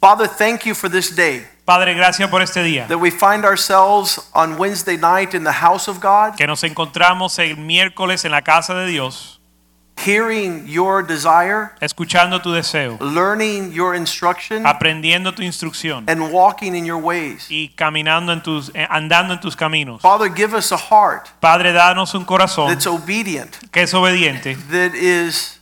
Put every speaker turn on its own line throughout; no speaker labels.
Father, thank you for this day
Padre, gracias por este día.
that we find ourselves on Wednesday night in the house of God,
Que nos encontramos el miércoles en la casa de Dios,
hearing your desire,
escuchando tu deseo,
learning your instruction,
aprendiendo tu instrucción
and walking in your ways.
y caminando en tus eh, andando en tus caminos.
Father, give us a heart
Padre, danos un corazón
that's obedient,
que es obediente
that is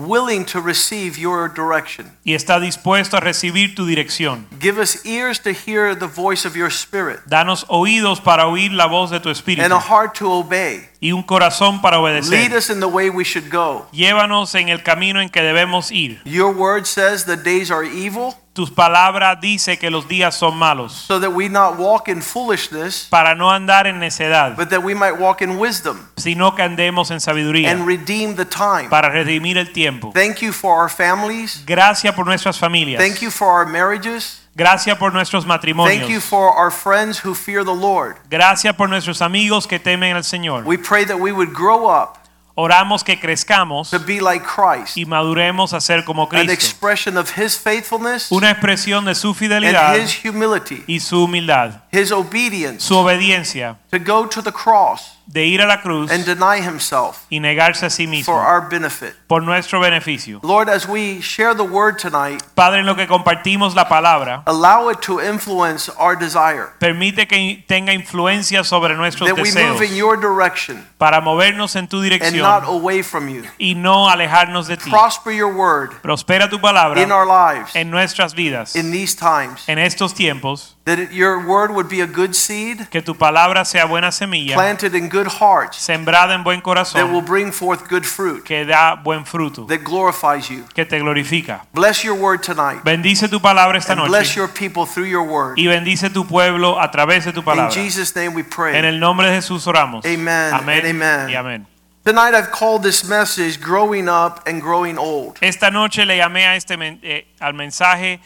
willing to receive your direction.
y está dispuesto a recibir tu dirección.
Give us ears to hear the voice of your spirit
Danos oídos para oír la voz de tu espíritu
and a heart to obey.
y un corazón para
Lead
obedecer.
us in the way we should go.
Llévanos en el camino en que debemos ir.
Your word says the days are evil,
Tus palabras dice que los días son malos
so that we not walk in foolishness.
para no andar en necedad,
but that we might walk in wisdom
sino que andemos en sabiduría.
and redeem the time.
para redimir el tiempo.
Thank you for our families.
Gracias por nuestras familias.
Thank you for our marriages.
Gracias por nuestros
Thank you
matrimonios.
for our friends who fear the Lord.
Gracias por nuestros amigos que temen al Señor.
We pray that we would grow up
Oramos que crezcamos
to be like Christ,
y maduremos a ser como
an
Cristo.
expression of His faithfulness
Una expresión de su fidelidad
and His humility,
y su humildad,
His obedience
su obediencia
to go to the cross
de ir a la cruz
and deny Himself
y negarse a sí
for
mismo
our benefit.
por nuestro beneficio.
Lord, as we share the word tonight,
Padre, en lo que compartimos la palabra,
allow it to influence our desire,
permite que tenga influencia sobre nuestros
that we move
deseos
in your direction
para movernos en tu
and not
dirección
away from you.
y no alejarnos de ti.
prosper your word
Prospera tu palabra
in our lives
en nuestras vidas,
in these times
en estos tiempos,
that it- your word would be a good seed
que tu palabra sea buena semilla,
planted in good hearts
sembrada en buen
that will
corazón,
bring forth good fruit
que da buen fruto,
that glorifies you
que te glorifica.
bless your word tonight
Bendice tu palabra esta
and bless
noche
your people through your word
y bendice tu pueblo a través de tu
in
palabra.
jesus name we
En
pray
el nombre de Jesús oramos.
Amen and
Amén
amen.
y amén.
tonight i've called this message growing up and growing old
Esta noche le llamé a este men- eh, al mensaje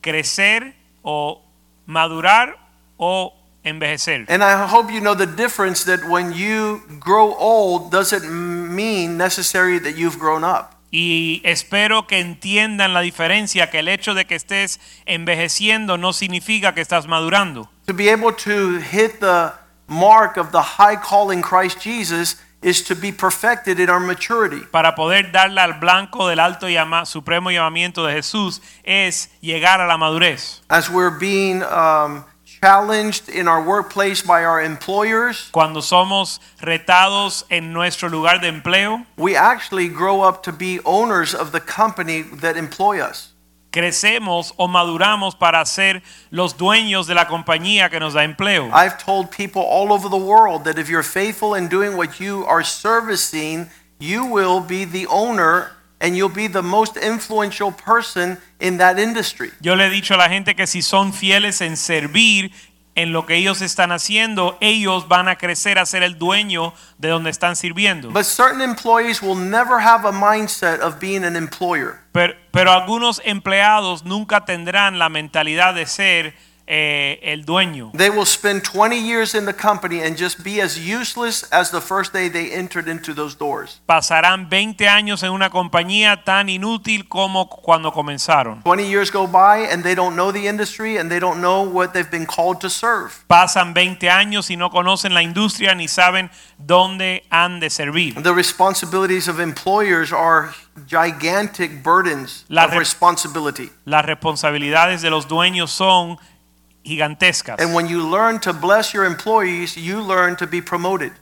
crecer o madurar o envejecer.
and i hope you know the difference that when you grow old doesn't mean necessarily that you've grown up
Y espero que entiendan la diferencia, que el hecho de que estés envejeciendo no significa que estás madurando.
To be able to hit the mark of the high call in Christ Jesus is to be perfected in our maturity.
Para poder darle al blanco del alto llama- supremo llamamiento de Jesús es llegar a la madurez.
As we're being um, challenged in our workplace by our employers,
Cuando somos retados en nuestro lugar de empleo,
we actually grow up to be owners of the company that employ us.
crecemos o maduramos para ser los dueños de la compañía que nos da empleo.
I've told people all over the world that if you're faithful in doing what you are servicing, you will be the owner and you'll be the most influential person in that industry.
Yo le he dicho a la gente que si son fieles en servir en lo que ellos están haciendo, ellos van a crecer a ser el dueño de donde están sirviendo.
But certain employees will never have a mindset of being an employer.
Pero, pero algunos empleados nunca tendrán la mentalidad de ser eh, el dueño.
They will spend 20 years in the company and just be as useless as the first day they entered into those doors.
Pasarán 20 años en una compañía tan inútil como cuando comenzaron.
20 years go by and they don't know the industry and they don't know what they've been called to serve.
Pasan 20 años y no conocen la industria ni saben dónde han de servir.
The responsibilities of employers are gigantic burdens
La
of
re-
responsibility.
Las responsabilidades de los dueños son gigantescas.
And when you learn to bless your employees, you learn to be promoted,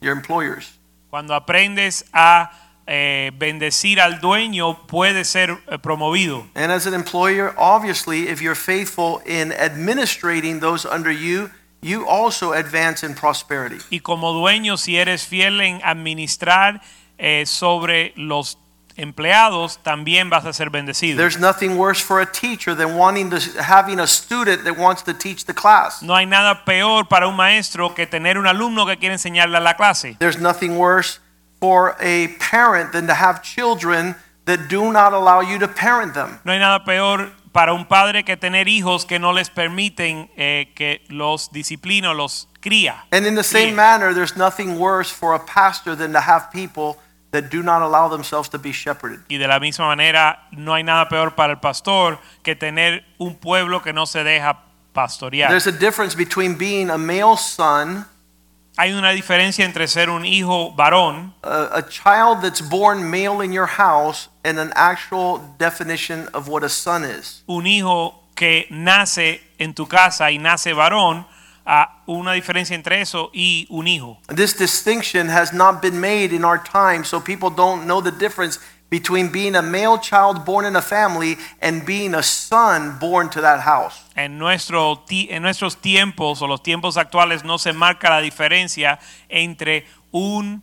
your employers.
Cuando aprendes a eh, bendecir al dueño, puede ser eh, promovido.
And as an employer, obviously, if you're faithful in administrating those under you, you also advance in prosperity.
Y como dueño, si eres fiel en administrar eh, sobre los empleados, también vas a ser bendecido.
There's nothing worse for a teacher than wanting to having a student that wants to teach the class.
No hay nada peor para un maestro que tener un alumno que quiere enseñarle a la clase.
There's nothing worse for a parent than to have children that do not allow you to parent them.
No hay nada peor para un padre que tener hijos que no les permiten eh, que los disciplina o los cría.
And in the same
Yeah.
manner, there's nothing worse for a pastor than to have people that do not allow themselves to be shepherded.
Y de la misma manera, no hay nada peor para el pastor que tener un pueblo que no se deja pastorear.
There's a difference between being a male son,
hay una diferencia entre ser un hijo varón,
a, a child that's born male in your house, and an actual definition of what a son is.
un hijo que nace en tu casa y nace varón, a una diferencia entre eso y un hijo.
This distinction has not been made in our time, so people don't know the difference between being a male child born in a family and being a son born to that house.
En, nuestro, ti- en nuestros tiempos o los tiempos actuales no se marca la diferencia entre un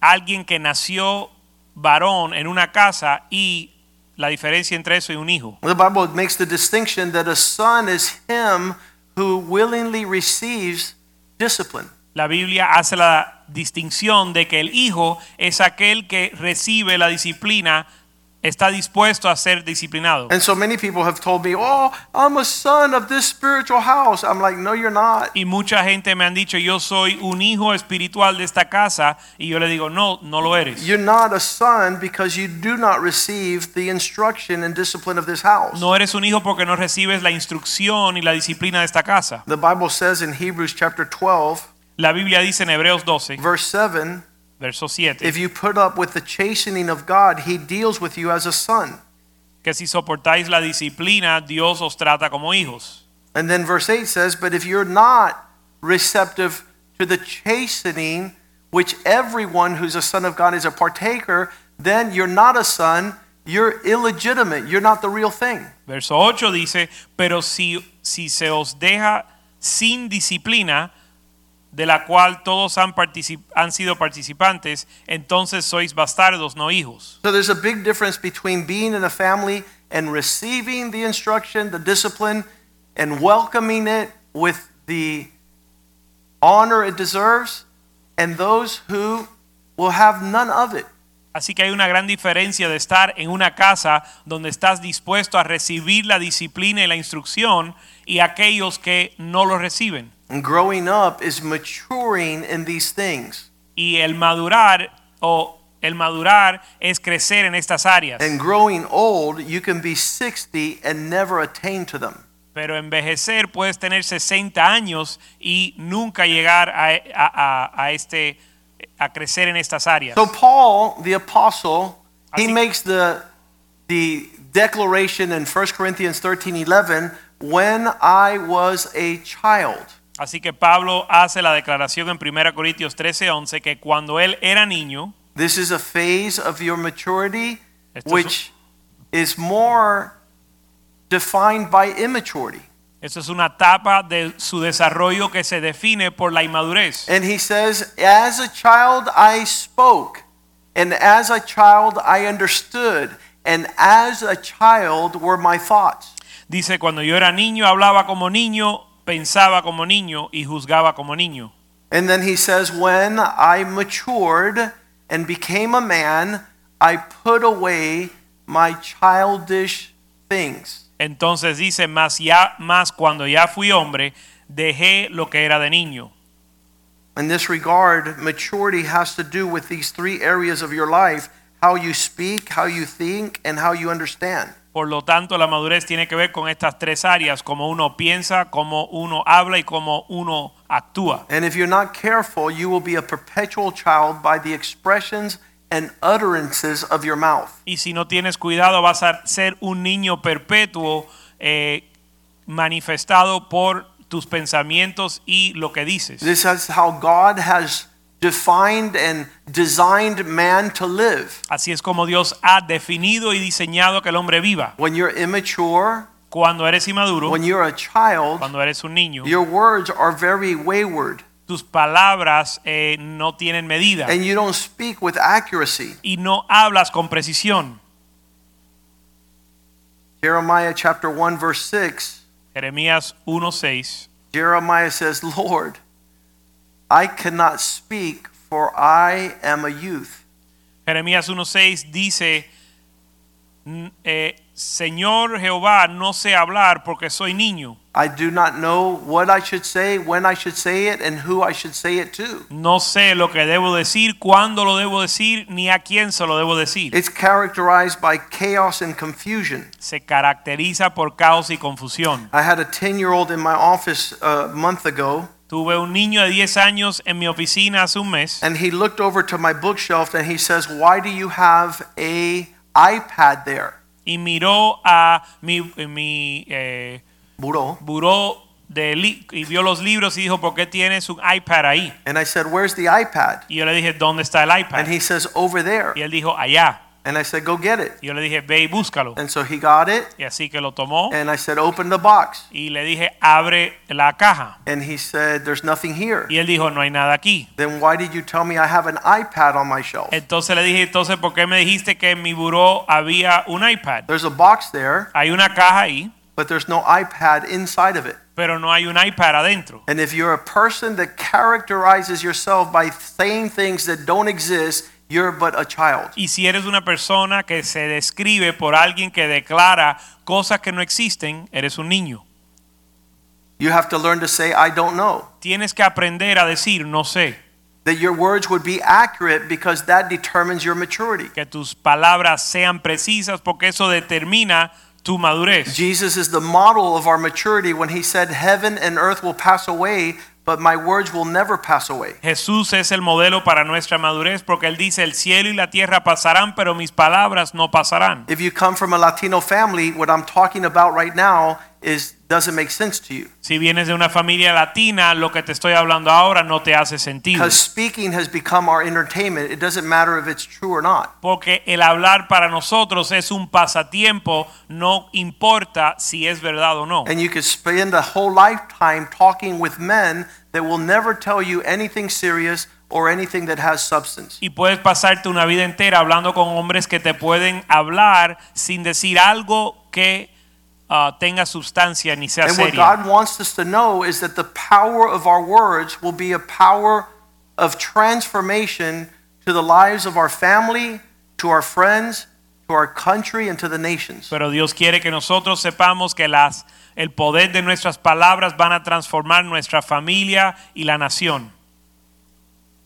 alguien que nació varón en una casa y la diferencia entre eso y un hijo.
The Bible makes the distinction that a son is him who willingly receives discipline.
La Biblia hace la distinción de que el hijo es aquel que recibe la disciplina, está dispuesto a ser disciplinado.
And so many people have told me, Oh, I'm a son of this spiritual house. I'm like, No, you're not.
Y mucha gente me han dicho, yo soy un hijo espiritual de esta casa, y yo le digo, no, no lo eres.
You're not a son because you do not receive the instruction and discipline of this house.
No eres un hijo porque no recibes la instrucción y la disciplina de esta casa.
The Bible says in Hebrews chapter 12,
La Biblia dice en Hebreos 12,
verse 7,
verso 7,
if you put up with the chastening of God, he deals with you as a son.
que si soportáis la disciplina, Dios os trata como hijos.
And then verse 8 says, But if you're not receptive to the chastening, which everyone who's a son of God is a partaker, then you're not a son, you're illegitimate, you're not the real thing.
Verso 8 dice, pero si, si se os deja sin disciplina, de la cual todos han, particip- han sido participantes, entonces sois bastardos, no hijos.
So there's a big difference between being in a family and receiving the instruction, the discipline, and welcoming it with the honor it deserves, and those who will have none of it.
Así que hay una gran diferencia de estar en una casa donde estás dispuesto a recibir la disciplina y la instrucción y aquellos que no lo reciben.
And growing up is maturing in these things.
Y el madurar o el madurar es crecer en estas áreas.
And growing old, you can be 60 and never attain to them.
Pero envejecer puedes tener 60 años y nunca llegar a, a- a- a este a crecer en estas áreas.
So Paul, the apostle,
I
he
think-
makes the the declaration in 1 Corinthians 13:11, when I was a child.
Así que Pablo hace la declaración en 1 Corintios 13:11 que cuando él era niño,
This is a phase of your maturity
Esto es-
which is more defined by immaturity.
esto es una etapa de su desarrollo que se define por la inmadurez.
And he says, As a child I spoke, and as a child I understood, and as a child were my thoughts.
Dice, cuando yo era niño hablaba como niño, pensaba como niño y juzgaba como niño.
And then he says, When I matured and became a man, I put away my childish things.
Entonces dice, más ya más cuando ya fui hombre, dejé lo que era de niño.
In this regard, maturity has to do with these three areas of your life how you speak, how you think, and how you understand.
Por lo tanto, la madurez tiene que ver con estas tres áreas, cómo uno piensa, cómo uno habla y cómo uno actúa.
And if you're not careful, you will be a perpetual child by the expressions and utterances of your mouth.
Y si no tienes cuidado, vas a ser un niño perpetuo eh, manifestado por tus pensamientos y lo que dices.
This is how God has defined and designed man to live.
Así es como Dios ha definido y diseñado que el hombre viva.
When you're immature,
Cuando eres inmaduro,
when you're a child,
cuando eres un niño,
your words are very wayward.
tus palabras eh, no tienen medida
and you don't speak with accuracy.
y no hablas con precisión.
Jeremiah chapter 1 verse 6,
Jeremías 1:6.
Jeremiah says, "Lord, I cannot speak for I am a youth."
Jeremías 1:6 dice, n- eh, Señor Jehová, no sé hablar porque soy niño.
I do not know what I should say, when I should say it, and who I should say it to.
No sé lo que debo decir, cuándo lo debo decir, ni a quién se lo debo decir.
It's characterized by chaos and confusion.
se caracteriza por caos y confusión.
I had a 10-year-old in my office a month ago,
Tuve un niño de 10 años en mi oficina hace un mes
and he looked over to my bookshelf and he says, "Why do you have a iPad there?"
y miró a mi, mi eh,
Buró.
buró de li- y vio los libros y dijo, ¿por qué tienes un iPad ahí?
And I said, "Where's the iPad?"
Y yo le dije, ¿dónde está el
And
iPad?
he says, "Over there."
Y él dijo, allá.
And I said, "Go get it."
Y yo le dije, ve y búscalo.
And so he got it,
Y así que lo tomó
and I said, "Open the box."
y le dije, abre la caja.
And he said, "There's nothing here."
Y él dijo, no hay nada aquí.
Then why did you tell me I have an iPad on my shelf?
Entonces le dije, entonces, ¿por qué me dijiste que en mi buró había un iPad?
There's a box there,
Hay una caja ahí,
but there's no iPad inside of it.
pero no hay un iPad adentro.
And if you're a person that characterizes yourself by saying things that don't exist, you're but a child.
Y si eres una persona que se describe por alguien que declara cosas que no existen, eres un niño.
You have to learn to say, I don't know.
Tienes que aprender a decir no sé,
That your words would be accurate because that determines your maturity.
que tus palabras sean precisas porque eso determina tu madurez.
Jesus is the model of our maturity when he said, Heaven and earth will pass away, but my words will never pass away.
Jesús es el modelo para nuestra madurez porque él dice el cielo y la tierra pasarán, pero mis palabras no pasarán.
If you come from a Latino family, what I'm talking about right now is doesn't make sense to you
Si vienes de una familia latina, lo que te estoy hablando ahora no te hace sentido.
because speaking has become our entertainment. It doesn't matter if it's true or not.
Porque el hablar para nosotros es un pasatiempo, no importa si es verdad o no.
And you could spend a whole lifetime talking with men that will never tell you anything serious or anything that has substance.
Y puedes pasarte una vida entera hablando con hombres que te pueden hablar sin decir algo que ah, tenga sustancia ni sea
And what
serio.
God wants us to know is that the power of our words will be a power of transformation to the lives of our family, to our friends, to our country, and to the nations.
Pero Dios quiere que nosotros sepamos que las, el poder de nuestras palabras van a transformar nuestra familia y la nación.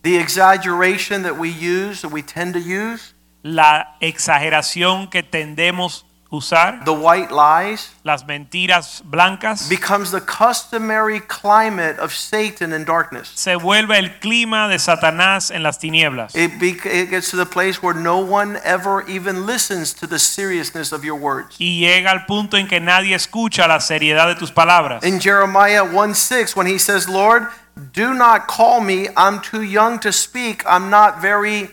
The exaggeration that we use, that we tend to use,
La exageración que tendemos a usar,
the white lies,
las mentiras blancas.
becomes the customary climate of Satan and darkness.
se vuelve el clima de Satanás en las tinieblas.
It, be, it gets to the place where no one ever even listens to the seriousness of your words.
Y llega al punto en que nadie escucha la seriedad de tus palabras.
In Jeremiah 1 6, when he says, Lord, do not call me, I'm too young to speak, I'm not very,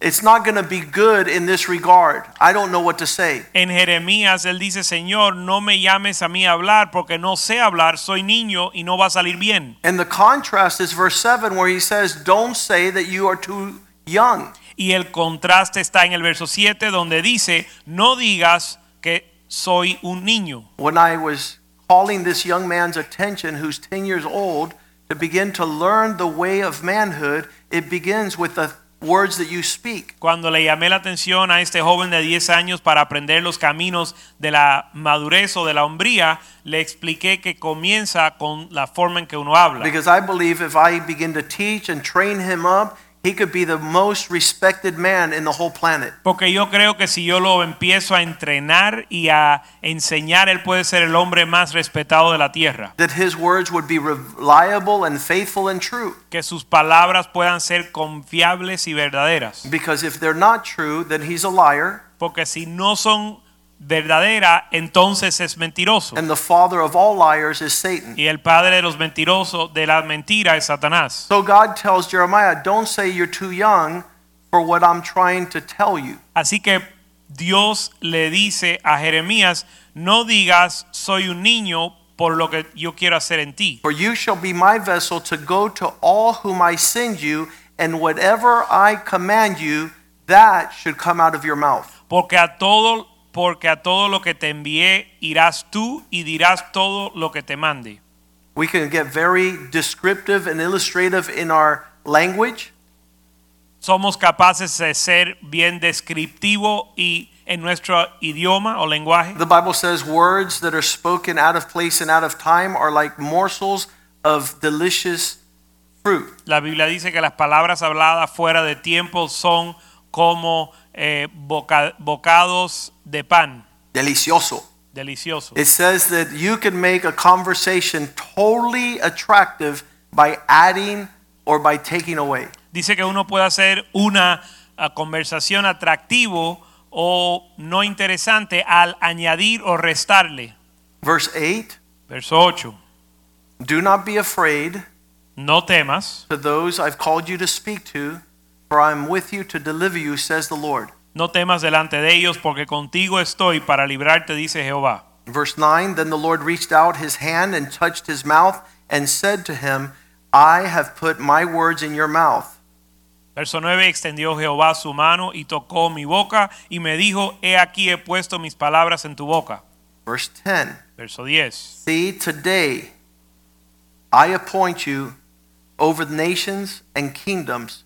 it's not going to be good in this regard. I don't know what to say.
En Jeremías él dice, Señor, no me llames a mí a hablar porque no sé hablar, soy niño y no va a salir bien.
And the contrast is verse 7, where he says, Don't say that you are too young.
Y el contraste está en el verso 7 donde dice, no digas que soy un niño.
When I was calling this young man's attention, who's 10 years old, to begin to learn the way of manhood, it begins with the words that you speak.
Cuando le llamé la atención a este joven de 10 años para aprender los caminos de la madurez o de la hombría, le expliqué que comienza con la forma en que uno habla.
Because I believe if I begin to teach and train him up, he could be the most respected man in the whole planet.
Porque yo creo que si yo lo empiezo a entrenar y a enseñar, él puede ser el hombre más respetado de la tierra.
That his words would be reliable and faithful and true.
Que sus palabras puedan ser confiables y verdaderas.
Because if they're not true, then he's a liar,
Porque si no son verdaderas, entonces es mentiroso.
and the father of all liars is Satan.
Y el padre de los mentirosos, de la mentira, es Satanás.
So God tells Jeremiah, Don't say you're too young for what I'm trying to tell you.
Así que Dios le dice a Jeremías, no digas soy un niño por lo que yo quiero hacer en ti.
For you shall be my vessel to go to all whom I send you, and whatever I command you, that should come out of your mouth.
Porque a todo porque a todo lo que te envié irás tú y dirás todo lo que te mande.
We can get very descriptive and illustrative in our language,
Somos capaces de ser bien descriptivo y en nuestro idioma o lenguaje.
The Bible says words that are spoken out of place and out of time are like morsels of delicious fruit.
La Biblia dice que las palabras habladas fuera de tiempo son como eh, boca- bocados de pan
Delicioso.
delicioso.
It says that you can make a conversation totally attractive by adding or by taking away.
Dice que uno puede hacer una ah, conversación atractivo o no interesante al añadir o restarle.
Verse 8
Verso 8.
Do not be afraid
No temas,
to those I've called you to speak to, for I am with you to deliver you, says the Lord.
no temas delante de ellos, porque contigo estoy para librarte, dice Jehová.
Verse 9 Then the Lord reached out his hand and touched his mouth and said to him, I have put my words in your mouth.
Verso 9, extendió Jehová su mano y tocó mi boca y me dijo, he aquí he puesto mis palabras en tu boca.
Verse 10
Verso 10,
See, today I appoint you over the nations and kingdoms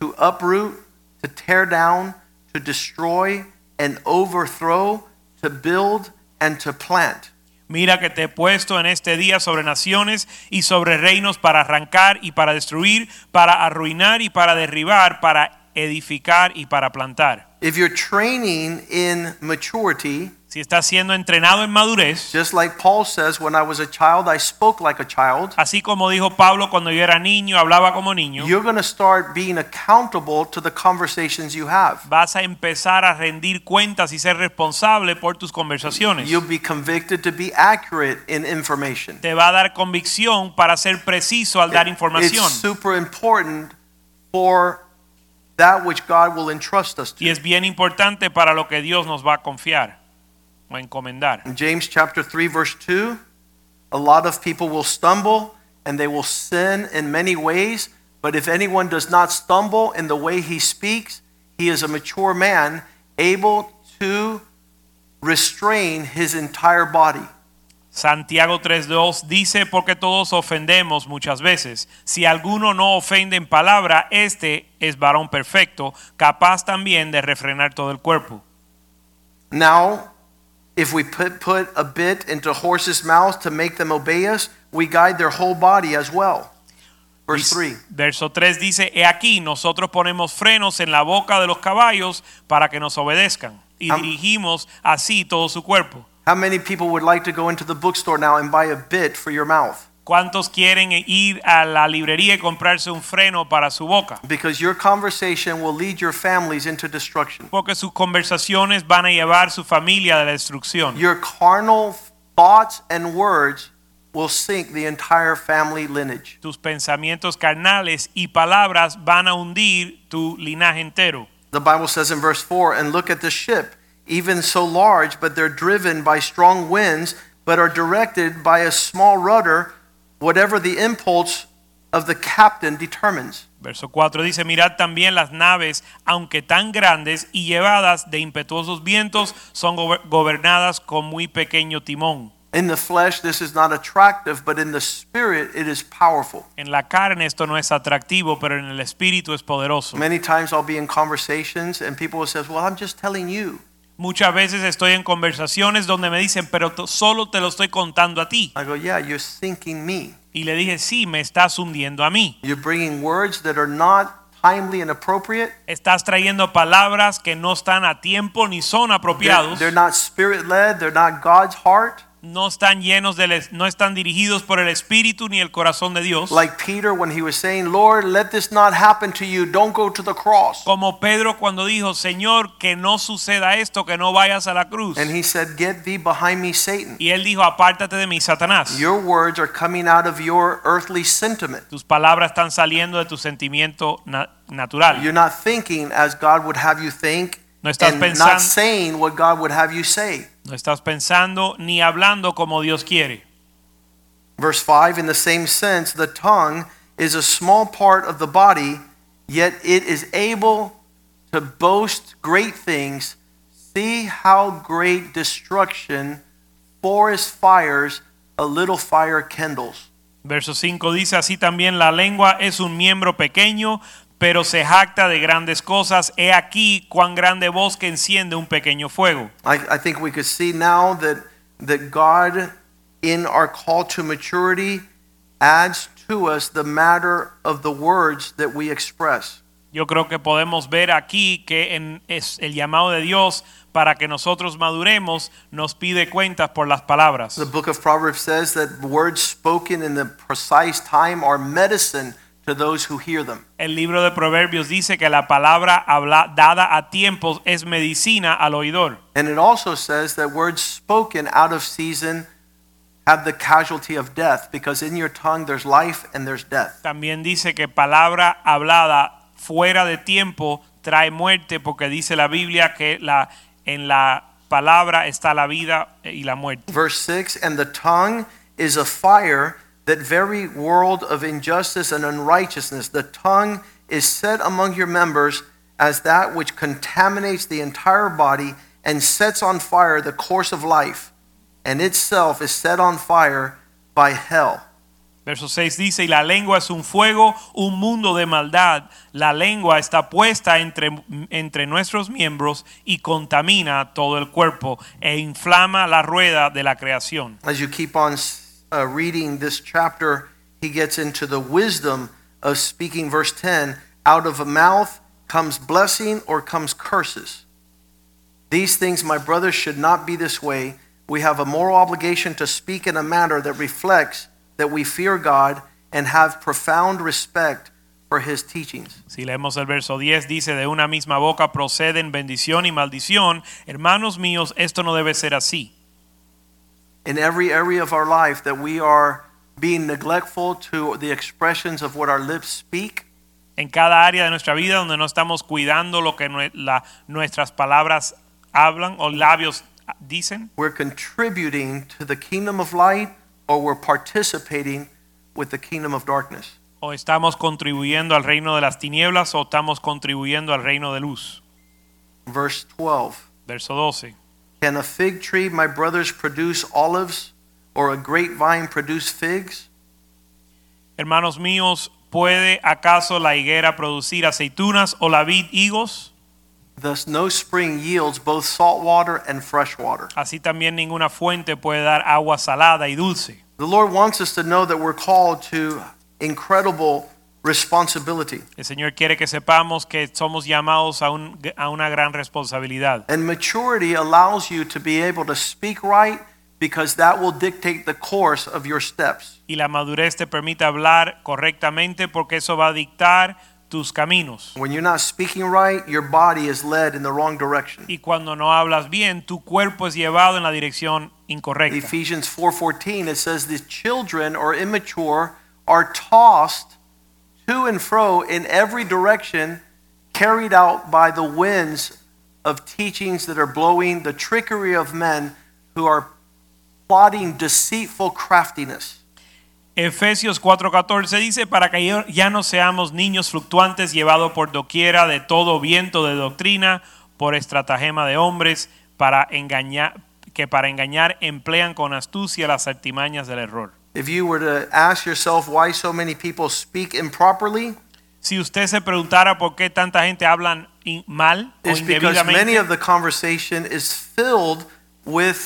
to uproot, to tear down, to destroy, and overthrow, to build, and to plant.
mira que te he puesto en este día sobre naciones y sobre reinos para arrancar y para destruir, para arruinar y para derribar, para edificar y para plantar.
If you're training in maturity,
Si estás siendo entrenado en madurez,
just like Paul says, when I was a child, I spoke like a child,
así como dijo Pablo cuando yo era niño, hablaba como niño,
you're going to start being accountable to the conversations you have.
vas a empezar a rendir cuentas y ser responsable por tus conversaciones.
You'll be convicted to be accurate in information.
te va a dar convicción para ser preciso al dar información.
It's super important for that which God will entrust us
Y
to.
es bien importante para lo que Dios nos va a confiar o a encomendar.
In James chapter 3 verse 2, a lot of people will stumble and they will sin in many ways, but if anyone does not stumble in the way he speaks, he is a mature man able to restrain his entire body.
Santiago 3.2 dice, porque todos ofendemos muchas veces. Si alguno no ofende en palabra, este es varón perfecto, capaz también de refrenar todo el cuerpo.
Now, if we put, put a bit into horses' mouths to make them obey us, we guide their whole body as well. Verse 3.
Verso 3 dice, he aquí, nosotros ponemos frenos en la boca de los caballos para que nos obedezcan y
Am-
dirigimos así todo su cuerpo.
How many people would like to go into the bookstore now and buy a bit for your mouth?
¿Cuántos quieren ir a la librería y comprarse un freno para su boca?
Because your conversation will lead your families into destruction.
Porque sus conversaciones van a llevar su familia a la destrucción.
Your carnal thoughts and words will sink the entire family lineage.
Tus pensamientos carnales y palabras van a hundir tu linaje entero.
The Bible says in verse 4 And look at the ship, even so large, but they're driven by strong winds, but are directed by a small rudder, whatever the impulse of the captain determines.
Verso 4 dice, mirad también las naves, aunque tan grandes y llevadas de impetuosos vientos, son gober- gobernadas con muy pequeño timón.
In the flesh, this is not attractive, but in the spirit, it is powerful.
En la carne esto no es atractivo, pero en el espíritu es poderoso.
Many times I'll be in conversations and people will say, Well, I'm just telling you.
Muchas veces estoy en conversaciones donde me dicen, pero to- solo te lo estoy contando a ti.
I go, Yeah, you're sinking me.
Y le dije, sí, me estás hundiendo a mí.
You're bringing words that are not timely and appropriate.
Estás trayendo palabras que no están a tiempo ni son
They're,
apropiados.
they're not spirit led, they're not God's heart.
no están llenos del, es- no están dirigidos por el espíritu ni el corazón de Dios.
Like Peter when he was saying, Lord, let this not happen to you. Don't go to the cross.
Como Pedro cuando dijo, Señor, que no suceda esto, que no vayas a la cruz.
And he said, Get thee behind me, Satan.
Y él dijo, apártate de mí, Satanás.
Your words are coming out of your earthly sentiment.
Tus palabras están saliendo de tu sentimiento na- natural.
You're not thinking as God would have you think
No estás
and not
pensando,
saying what God would have you say.
no estás pensando ni hablando como Dios quiere.
Verse 5 In the same sense, the tongue is a small part of the body, yet it is able to boast great things. See how great destruction forest fires a little fire kindles.
Verso 5 dice así también la lengua es un miembro pequeño, pero se jacta de grandes cosas. He aquí cuán grande bosque enciende un pequeño fuego.
I, I think we could see now that, that God, in our call to maturity, adds to us the matter of the words that we express.
Yo creo que podemos ver aquí que en- es el llamado de Dios para que nosotros maduremos nos pide cuentas por las palabras.
The book of Proverbs says that words spoken in the precise time are medicine to those who hear them.
El libro de Proverbios dice que la palabra habla- dada a tiempos es medicina al oidor.
And it also says that words spoken out of season have the casualty of death because in your tongue there's life and there's death.
También dice que palabra hablada fuera de tiempo trae muerte porque dice la Biblia que la, en la palabra está la vida eh, y la muerte.
Verse 6 And the tongue is a fire, that very world of injustice and unrighteousness. The tongue is set among your members as that which contaminates the entire body and sets on fire the course of life, and itself is set on fire by hell.
Verso 6 dice, y la lengua es un fuego, un mundo de maldad. La lengua está puesta entre, entre nuestros miembros y contamina todo el cuerpo e inflama la rueda de la creación.
as you keep on uh, reading this chapter, he gets into the wisdom of speaking. Verse 10 Out of a mouth comes blessing or comes curses. These things, my brothers, should not be this way. We have a moral obligation to speak in a manner that reflects that we fear God and have profound respect for his teachings.
Si leemos el verso 10, dice, de una misma boca proceden bendición y maldición. Hermanos míos, esto no debe ser así.
In every area of our life, that we are being neglectful to the expressions of what our lips speak,
En cada área de nuestra vida donde no estamos cuidando lo que nue- la- nuestras palabras hablan o labios dicen,
we're contributing to the kingdom of light or we're participating with the kingdom of darkness.
o estamos contribuyendo al reino de las tinieblas o estamos contribuyendo al reino de luz.
Verse 12
Verso 12.
Can a fig tree, my brothers, produce olives or a grapevine produce figs?
Hermanos míos, ¿puede acaso la higuera producir aceitunas o la vid higos?
Thus, no spring yields both salt water and fresh water.
Así también ninguna fuente puede dar agua salada y dulce.
The Lord wants us to know that we're called to incredible responsibility.
El Señor quiere que sepamos que somos llamados a, un- a una gran responsabilidad.
And maturity allows you to be able to speak right because that will dictate the course of your steps.
Y la madurez te permite hablar correctamente porque eso va a dictar tus caminos.
When you're not speaking right, your body is led in the wrong direction.
Y cuando no hablas bien, tu cuerpo es llevado en la dirección incorrecta.
Ephesians 4:14 it says the children or immature are tossed to and fro in every direction carried out by the winds of teachings that are blowing the trickery of men who are plotting deceitful craftiness.
Efesios 4:14 dice, para que yo- ya no seamos niños fluctuantes llevados por doquiera de todo viento de doctrina, por estratagema de hombres, para engañar, que para engañar emplean con astucia las artimañas del error.
If you were to ask yourself why so many people speak improperly,
Si usted se preguntara por qué tanta gente habla in- mal o
It's because many
indebidamente,
of the conversation is filled with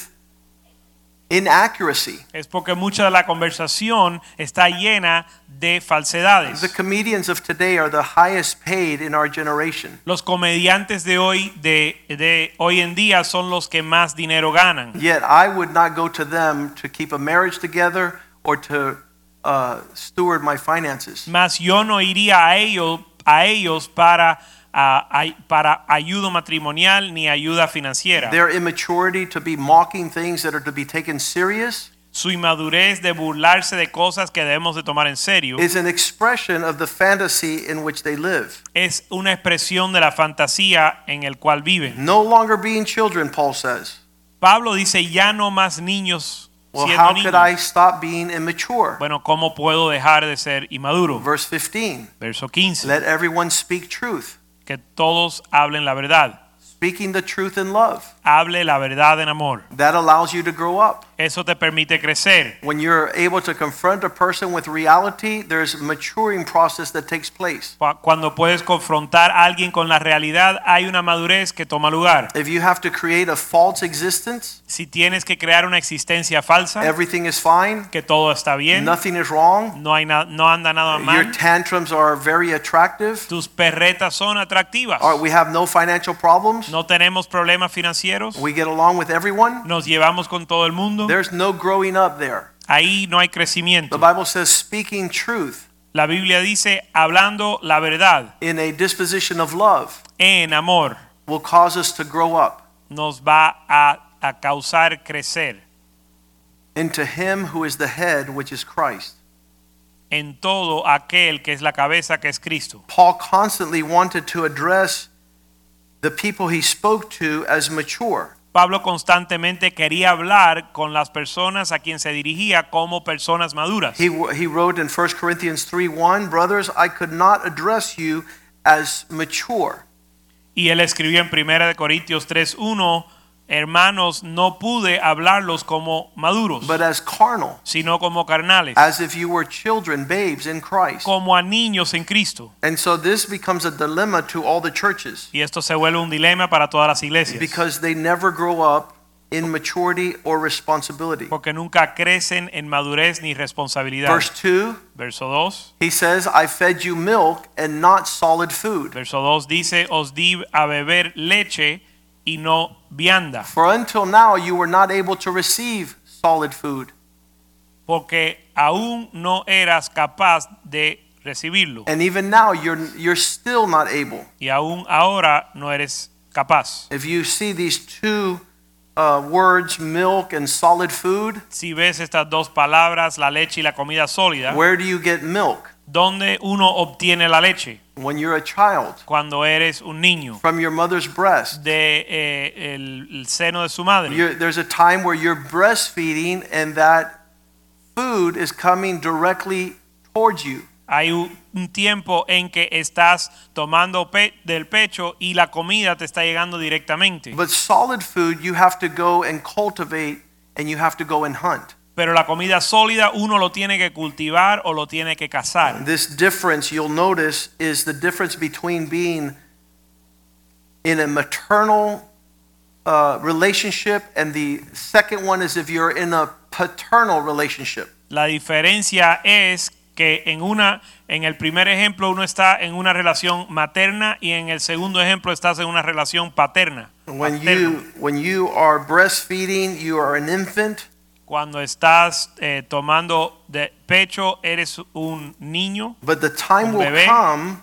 inaccuracy.
es porque mucha de la conversación está llena de falsedades.
The comedians of today are the highest paid in our generation.
Los comediantes de hoy, de, de hoy en día son los que más dinero ganan.
Yet I would not go to them to keep a marriage together or to uh, steward my finances.
Mas yo no iría a ellos, a ellos para, a- ay- para ayuda matrimonial ni ayuda financiera.
Their immaturity to be mocking things that are to be taken serious
Su inmadurez de burlarse de cosas que debemos de tomar en serio
is an expression of the fantasy in which they live.
es una expresión de la fantasía en el cual viven.
No longer being children, Paul says.
Pablo dice, ya no más niños
Well,
siendo
how
niño.
could I stop being immature?
Bueno, ¿cómo puedo dejar de ser inmaduro?
Verse 15
Verso 15.
Let everyone speak truth,
que todos hablen la verdad.
speaking the truth in love.
Hable la verdad en amor.
That allows you to grow up.
Eso te permite crecer.
When you're able to confront a person with reality, there's a maturing process that takes place.
Cu- Cuando puedes confrontar a alguien con la realidad, hay una madurez que toma lugar.
If you have to create a false existence,
Si tienes que crear una existencia falsa,
everything is fine,
que todo está bien,
nothing is wrong,
no, hay na- no anda nada
your
mal,
tantrums are very attractive,
tus perretas son atractivas,
or we have no financial problems,
no tenemos problemas financieros,
we get along with everyone,
nos llevamos con todo el mundo,
there's no growing up there.
ahí no hay
The
crecimiento.
Bible says speaking truth
La Biblia dice, hablando la verdad
in a disposition of love
en amor,
will cause us to grow up
nos va a, a causar crecer
into him who is the head, which is Christ.
en todo aquel que es la cabeza que es Cristo.
Paul constantly wanted to address the people he spoke to as mature.
Pablo constantemente quería hablar con las personas a quien se dirigía como personas maduras.
He, he wrote in 1 Corinthians 3 1, Brothers, I could not address you as mature,
Y él escribió en 1 de Corintios 3:1, hermanos, no pude hablarlos como maduros,
but as carnal,
sino como carnales,
as if you were children, babes in Christ.
como a niños en Cristo.
And so this becomes a dilemma to all the churches
Y esto se vuelve un dilema para todas las iglesias,
because they never grow up in maturity or responsibility.
porque nunca crecen en madurez ni responsabilidad.
Verse 2,
Verso 2,
he says, I fed you milk and not solid food.
verso 2 dice, os di a beber leche y no vianda.
For until now you were not able to receive solid food,
porque aún no eras capaz de recibirlo
and even now you're you're still not able.
y aún ahora no eres capaz.
If you see these two uh, words, milk and solid food,
Si ves estas dos palabras, la leche y la comida sólida,
where do you get milk?
¿dónde uno obtiene la leche?
When you're a child,
Cuando eres un niño,
from your mother's breast.
de eh, el, el seno de su madre.
You're, there's a time where you're breastfeeding, and that food is coming directly towards you.
Hay un un tiempo en que estás tomando pe- del pecho y la comida te está llegando directamente.
But solid food, you have to go and cultivate, and you have to go and hunt.
Pero la comida sólida uno lo tiene que cultivar o lo tiene que cazar.
This difference you'll notice is the difference between being in a maternal uh, relationship and the second one is if you're in a paternal relationship.
La diferencia es que en una en el primer ejemplo uno está en una relación materna y en el segundo ejemplo estás en una relación paterna.
When
paterna.
you when you are breastfeeding, you are an infant.
Cuando estás eh, tomando de pecho eres un niño,
But the time
Un
will
bebé.
come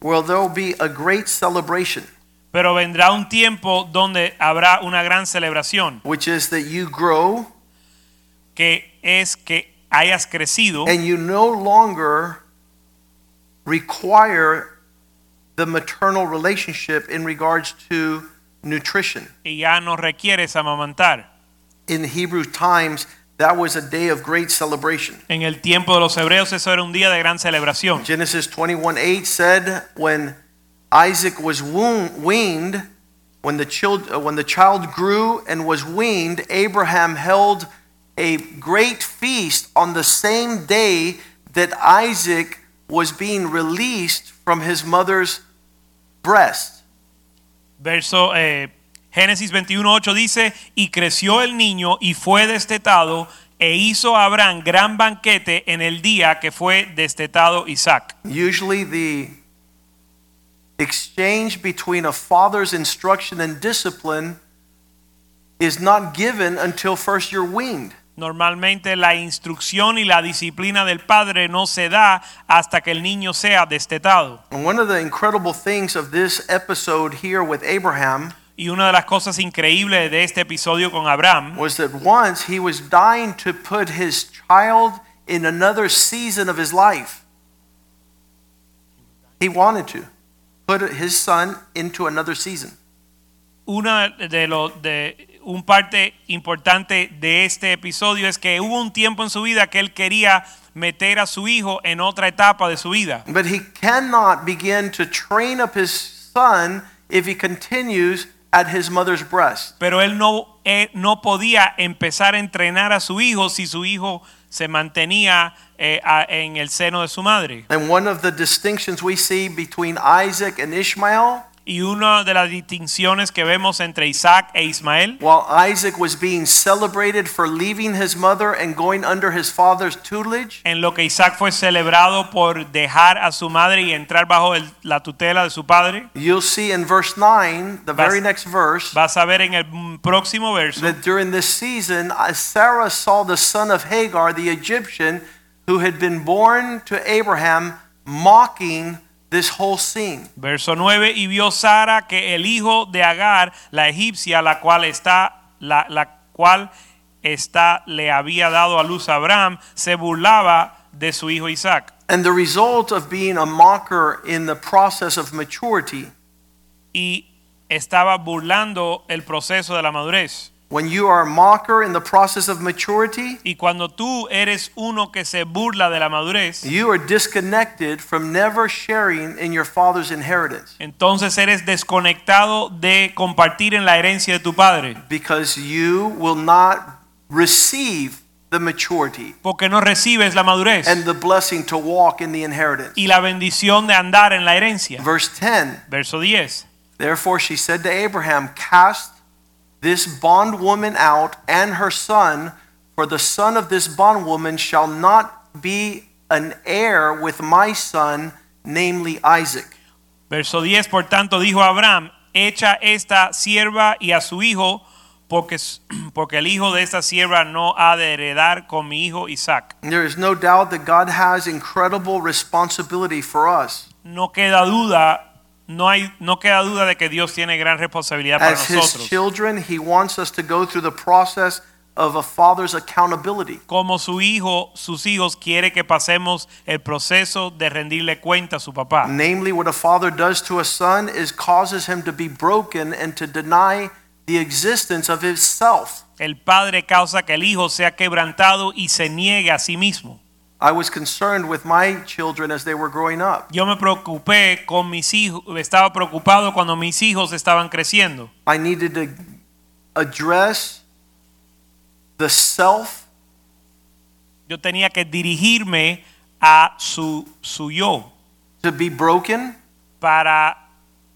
where there will be a great celebration,
pero vendrá un tiempo donde habrá una gran celebración,
which is that you grow
que es que hayas crecido
and you no longer require the maternal relationship in regards to nutrition.
y ya no requieres amamantar.
In Hebrew times, that was a day of great celebration.
En el tiempo de los hebreos eso era un día de gran celebración.
Genesis 21:8 said when Isaac was wo- weaned, when the child uh, when the child grew and was weaned, Abraham held a great feast on the same day that Isaac was being released from his mother's breast.
Verso eh, Génesis 21:8 dice, y creció el niño y fue destetado e hizo Abraham gran banquete en el día que fue destetado Isaac.
Usually the exchange between a father's instruction and discipline is not given until first you're weaned.
Normalmente la instrucción y la disciplina del padre no se da hasta que el niño sea destetado.
And one of the incredible things of this episode here with Abraham
Y una de las cosas increíbles de este episodio con Abraham
was that once he was dying to put his child in another season of his life. He wanted to put his son into another season.
una de lo- de- un parte importante de este episodio es que hubo un tiempo en su vida que él quería meter a su hijo en otra etapa de su vida.
But he cannot begin to train up his son if he continues at his mother's breast.
Pero él no, eh, no podía empezar a entrenar a su hijo si su hijo se mantenía eh, a- en el seno de su madre.
And one of the distinctions we see between Isaac and Ishmael,
Y una de las distinciones que vemos entre Isaac e Ismael,
while Isaac was being celebrated for leaving his mother and going under his father's tutelage,
en lo que Isaac fue celebrado por dejar a su madre y entrar bajo el- la tutela de su padre,
you'll see in verse 9, the
Vas-
very next verse,
vas a ver en el próximo verso
that during this season, uh, Sarah saw the son of Hagar, the Egyptian, who had been born to Abraham, mocking this whole scene.
Verso 9, y vio Sara que el hijo de Agar, la egipcia, la cual está, la, la cual está, le había dado a luz a Abraham, se burlaba de su hijo Isaac.
And the result of being a mocker in the process of maturity,
Y estaba burlando el proceso de la madurez.
when you are a mocker in the process of maturity,
Y cuando tú eres uno que se burla de la madurez,
you are disconnected from never sharing in your father's inheritance
entonces eres desconectado de compartir en la herencia de tu padre,
because you will not receive the maturity
porque no recibes la madurez
and the blessing to walk in the inheritance.
y la bendición de andar en la herencia.
Verse 10.
Verso 10.
Therefore she said to Abraham, Cast this bondwoman out and her son, for the son of this bondwoman shall not be an heir with my son, namely Isaac.
Verso 10, por tanto, dijo Abraham, echa esta sierva y a su hijo, porque, porque el hijo de esta sierva no ha de heredar con mi hijo Isaac.
And there is no doubt that God has incredible responsibility for us
No queda duda, no, hay, no queda duda de que Dios tiene gran responsabilidad para
as his
nosotros.
children. He wants us to go through the process of a father's accountability.
Como su hijo, sus hijos quiere que pasemos el proceso de rendirle cuenta a su papá.
Namely, what a father does to a son is causes him to be broken and to deny the existence of himself.
El padre causa que el hijo sea quebrantado y se niegue a sí mismo.
I was concerned with my children as they were growing up.
Yo me preocupé con mis hijos, estaba preocupado cuando mis hijos estaban creciendo.
I needed to address the self
Yo tenía que dirigirme a su, su yo
to be broken
para,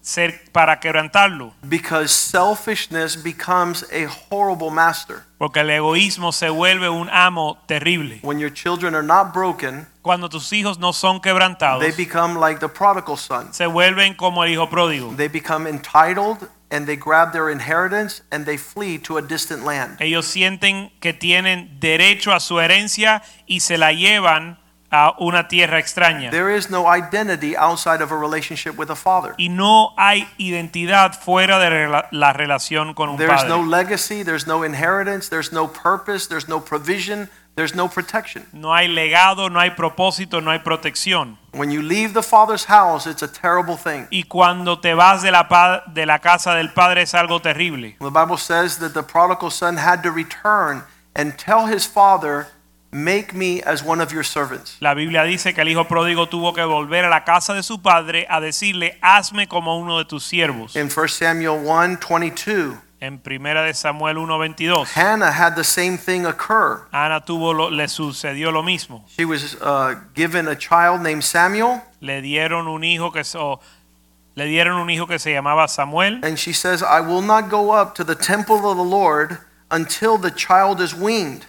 ser, para quebrantarlo,
because selfishness becomes a horrible master.
porque el egoísmo se vuelve un amo terrible.
When your children are not broken,
Cuando tus hijos no son quebrantados,
they become like the prodigal son.
se vuelven como el hijo pródigo.
They become entitled and they grab their inheritance and they flee to a distant land.
Ellos sienten que tienen derecho a su herencia y se la llevan a una tierra extraña.
There is no identity outside of a relationship with a father.
Y no hay identidad fuera de rela- la relación con un
There's
padre.
no legacy, there's no inheritance, there's no purpose, there's no provision, there's no protection.
No hay legado, no hay propósito, no hay protección.
When you leave the father's house, it's a terrible thing.
Y cuando te vas de la, pa- de la casa del padre es algo terrible.
The Bible says that the prodigal son had to return and tell his father, Make me as one of your servants.
La Biblia dice que el hijo pródigo tuvo que volver a la casa de su padre a decirle, hazme como uno de tus siervos.
In 1 Samuel 1 22,
En primera de Samuel 1:22,
Hannah had the same thing occur.
Ana tuvo lo- le sucedió lo mismo.
She was uh, given a child named Samuel,
Le dieron un hijo que se- o, le dieron un hijo que se llamaba Samuel
and she says, I will not go up to the temple of the Lord until the child is weaned.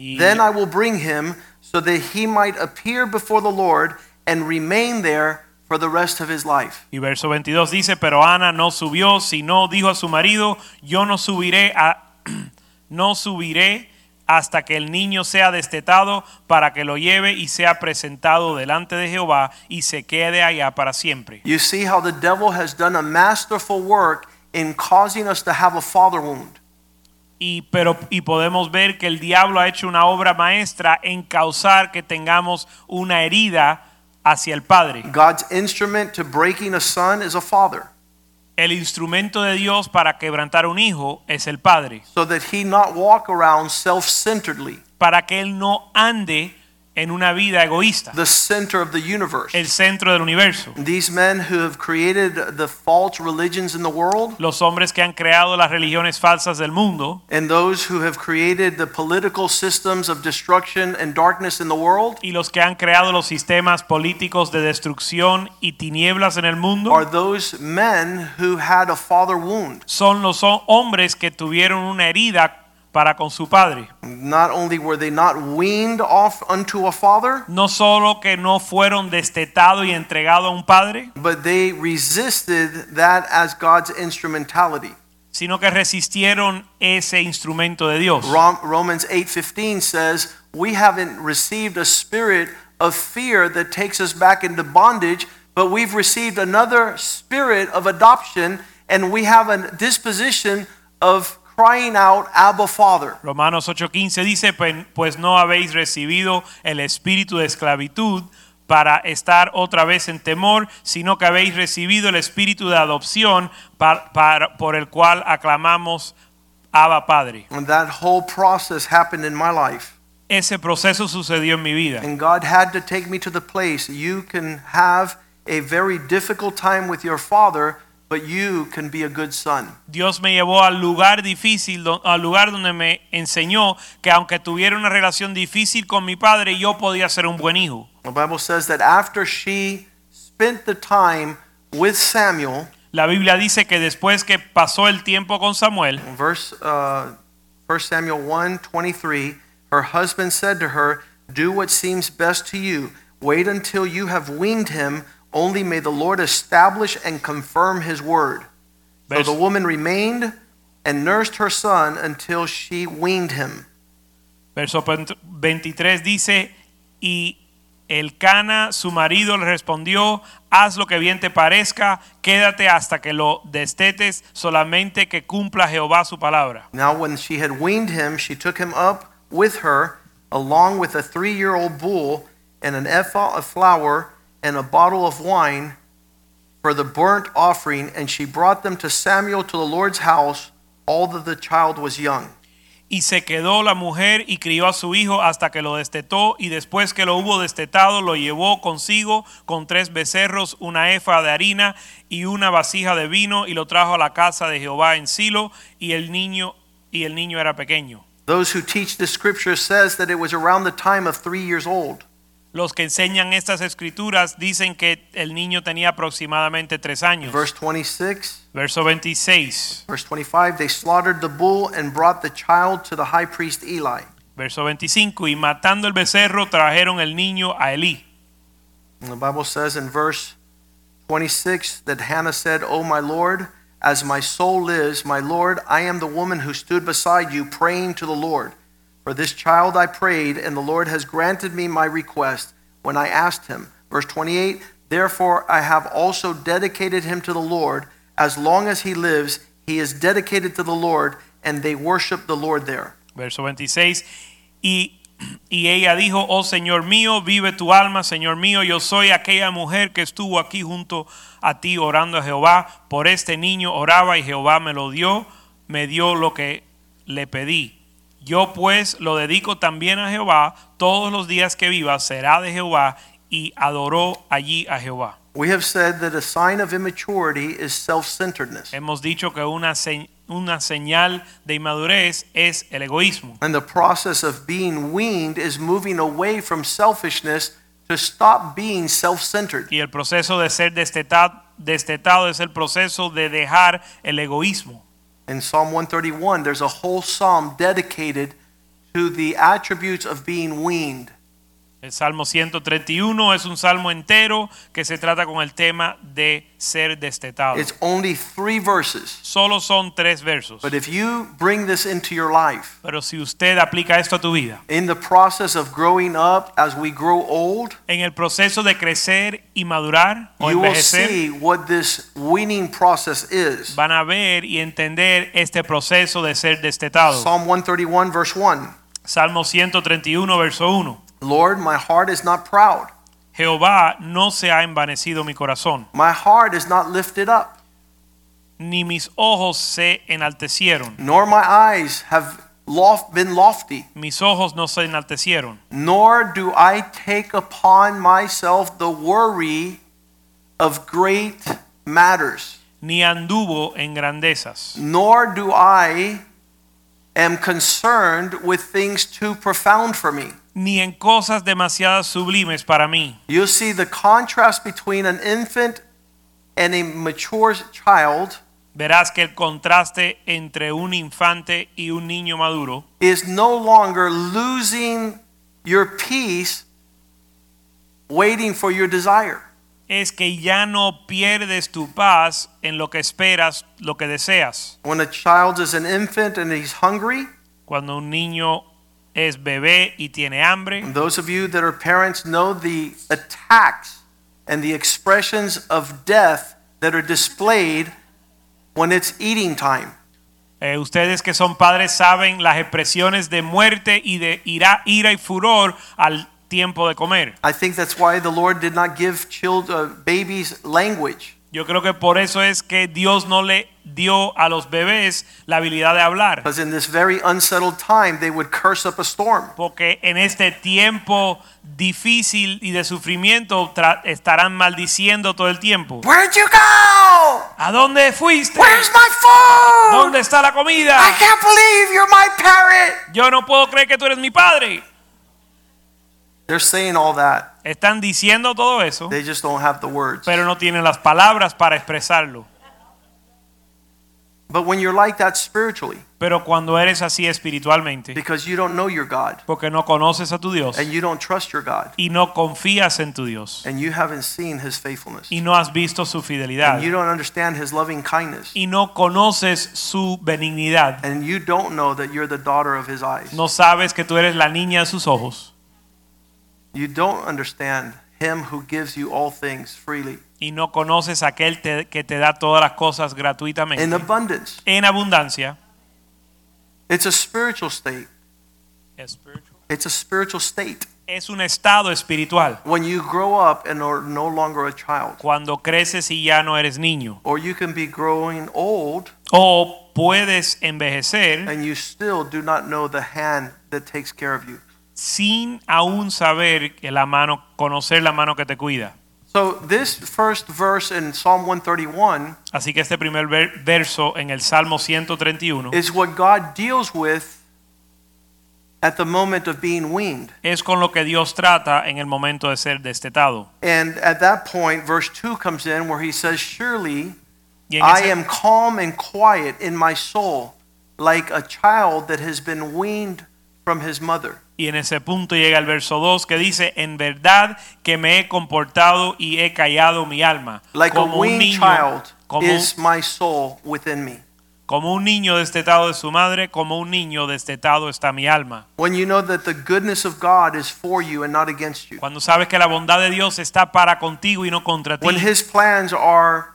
y
Then I will bring him so that he might appear before the Lord and remain there for the rest of his life.
Y verso 22 dice, pero Ana no subió, sino dijo a su marido, yo no subiré a no subiré hasta que el niño sea destetado para que lo lleve y sea presentado delante de Jehová y se quede allá para siempre.
You see how the devil has done a masterful work in causing us to have a father wound.
Y pero y podemos ver que el diablo ha hecho una obra maestra en causar que tengamos una herida hacia el padre.
God's instrument to breaking a son is a father.
El instrumento de Dios para quebrantar un hijo es el padre,
so that he not walk around self-centeredly,
para que él no ande en una vida egoísta,
the center of the universe.
el centro del universo.
These men who have created the false religions in the world
Los hombres que han creado las religiones falsas del mundo
and those who have created the political systems of destruction and darkness in the world
y los que han creado los sistemas políticos de destrucción y tinieblas en el mundo
are those men who had a father wound.
son los ho- hombres que tuvieron una herida para con su padre.
Not only were they not weaned off unto a father,
No solo que no fueron destetados y entregados a un padre,
but they resisted that as God's instrumentality.
sino que resistieron ese instrumento de Dios.
Rom- Romans 8:15 says, "We haven't received a spirit of fear that takes us back into bondage, but we've received another spirit of adoption, and we have a disposition of crying out, Abba, Father."
Romanos 8:15 dice, "Pen- pues no habéis recibido el espíritu de esclavitud para estar otra vez en temor, sino que habéis recibido el espíritu de adopción par- para- por el cual aclamamos Abba Padre.
And that whole process happened in my life,
Ese proceso sucedió en mi vida.
and God had to take me to the place you can have a very difficult time with your father, but you can be a good son.
Dios me llevó al lugar difícil, do- al lugar donde me enseñó que aunque tuviera una relación difícil con mi padre, yo podía ser un buen hijo.
The Bible says that after she spent the time with Samuel,
La Biblia dice que después que pasó el tiempo con Samuel,
verse uh, 1 Samuel 1 23, her husband said to her, Do what seems best to you. Wait until you have weaned him. Only may the Lord establish and confirm his word. So
Vers-
the woman remained and nursed her son until she weaned him.
Verso 23 dice, y el Cana, su marido, le respondió, haz lo que bien te parezca, quédate hasta que lo destetes, solamente que cumpla Jehová su palabra.
Now, when she had weaned him, she took him up with her, along with a three year old bull, and an ephah of flour, and a bottle of wine for the burnt offering, and she brought them to Samuel to the Lord's house, although the child was young.
Y se quedó la mujer y crió a su hijo hasta que lo destetó, y después que lo hubo destetado, lo llevó consigo con tres becerros, una efa de harina y una vasija de vino, y lo trajo a la casa de Jehová en Silo, y el niño, y el niño era pequeño.
Those who teach the scripture says that it was around the time of three years old.
Los que enseñan estas escrituras dicen que el niño tenía aproximadamente tres años.
Verse 26,
Verso 26.
verse 25, they slaughtered the bull and brought the child to the high priest Eli.
Verso 25. Y matando el becerro trajeron el niño a Elí.
And the Bible says in verse 26 that Hannah said, O my Lord, as my soul lives, my Lord, I am the woman who stood beside you praying to the Lord. For this child I prayed, and the Lord has granted me my request when I asked him. Verse 28 Therefore I have also dedicated him to the Lord. As long as he lives, he is dedicated to the Lord, and they worship the Lord there.
Verso 26. Y, y ella dijo, oh Señor mío, vive tu alma, Señor mío, yo soy aquella mujer que estuvo aquí junto a ti orando a Jehová. Por este niño oraba y Jehová me lo dio, me dio lo que le pedí. Yo pues lo dedico también a Jehová, todos los días que viva será de Jehová, y adoró allí a Jehová.
We have said that a sign of immaturity is self centeredness.
Hemos dicho que una, se- una señal de inmadurez es el egoísmo.
And the process of being weaned is moving away from selfishness to stop being self centered.
Y el proceso de ser desteta- destetado es el proceso de dejar el egoísmo.
In Psalm 131, there's a whole psalm dedicated to the attributes of being weaned.
El Salmo 131 es un salmo entero que se trata con el tema de ser destetado.
It's only three verses.
Solo son tres versos.
But if you bring this into your life,
Pero si usted aplica esto a tu vida,
in the process of growing up as we grow old,
en el proceso de crecer y madurar o
you will
envejecer,
see what this weaning process is.
van a ver y entender este proceso de ser destetado.
Psalm 131, verse 1
Salmo 131, verso 1.
Lord, my heart is not proud,
Jehová no se ha envanecido mi corazón,
my heart is not lifted up.
ni mis ojos se enaltecieron.
nor my eyes have loft, been lofty,
Mis ojos no se enaltecieron.
nor do I take upon myself the worry of great matters,
Ni anduvo en grandezas.
nor do I am concerned with things too profound for me.
Ni en cosas demasiadas sublimes para mí.
You see the contrast between an infant and a mature child
Verás que el contraste entre un infante y un niño maduro
is no longer losing your peace waiting for your desire.
es que ya no pierdes tu paz en lo que esperas, lo que deseas.
When a child is an infant and he's hungry,
Cuando un niño es bebé y tiene hambre,
and those of you that are parents know the attacks and the expressions of death that are displayed when it's eating time.
Eh, ustedes que son padres saben las expresiones de muerte y de ira, ira y furor al tiempo de comer.
I think that's why the Lord did not give child, uh, babies language.
Yo creo que por eso es que Dios no le dio a los bebés la habilidad de hablar,
Because in this very unsettled time, they would curse up a storm.
porque en este tiempo difícil y de sufrimiento tra- estarán maldiciendo todo el tiempo.
Where'd you go?
¿A dónde fuiste?
Where's my food?
¿Dónde está la comida?
I can't believe you're my parent.
Yo no puedo creer que tú eres mi padre.
They're saying all that.
Están diciendo todo eso,
They just don't have the words.
Oh. pero no tienen las palabras para expresarlo.
But when you're like that spiritually,
Pero cuando eres así espiritualmente,
because you don't know your God
porque no conoces a tu Dios
and you don't trust your God
y no confías en tu Dios
and you haven't seen his faithfulness
y no has visto su fidelidad
and you don't understand his loving kindness
y no conoces su benignidad,
and you don't know that you're the daughter of his eyes,
no sabes que tú eres la niña de sus ojos
you don't understand him who gives you all things freely
y no conoces aquel te- que te da todas las cosas
in
gratuitamente
abundance.
en abundancia.
It's a spiritual state. It's a spiritual state
Es un estado espiritual
when you grow up and are no longer a child.
cuando creces y ya no eres niño
Or you can be growing old
o puedes envejecer
and you still do not know the hand that takes care of you.
sin aún saber que la mano conocer la mano que te cuida.
So, this first verse in Psalm 131
Así que este primer ver- verso en el Salmo 131
is what God deals with at the moment of being weaned.
es con lo que Dios trata en el momento de ser destetado.
And at that point, verse 2 comes in where he says, Surely
Y en
I
ese-
am calm and quiet in my soul, like a child that has been weaned from his mother.
Y en ese punto llega el verso 2 que dice, en verdad que me he comportado y he callado mi alma.
Like a
como, un
weaned
niño,
child
como,
is my soul within me.
como un niño destetado de su madre, como un niño destetado está mi alma.
When you know that the goodness of God is for you and not against you.
Cuando sabes que la bondad de Dios está para contigo y no contra ti.
When his plans are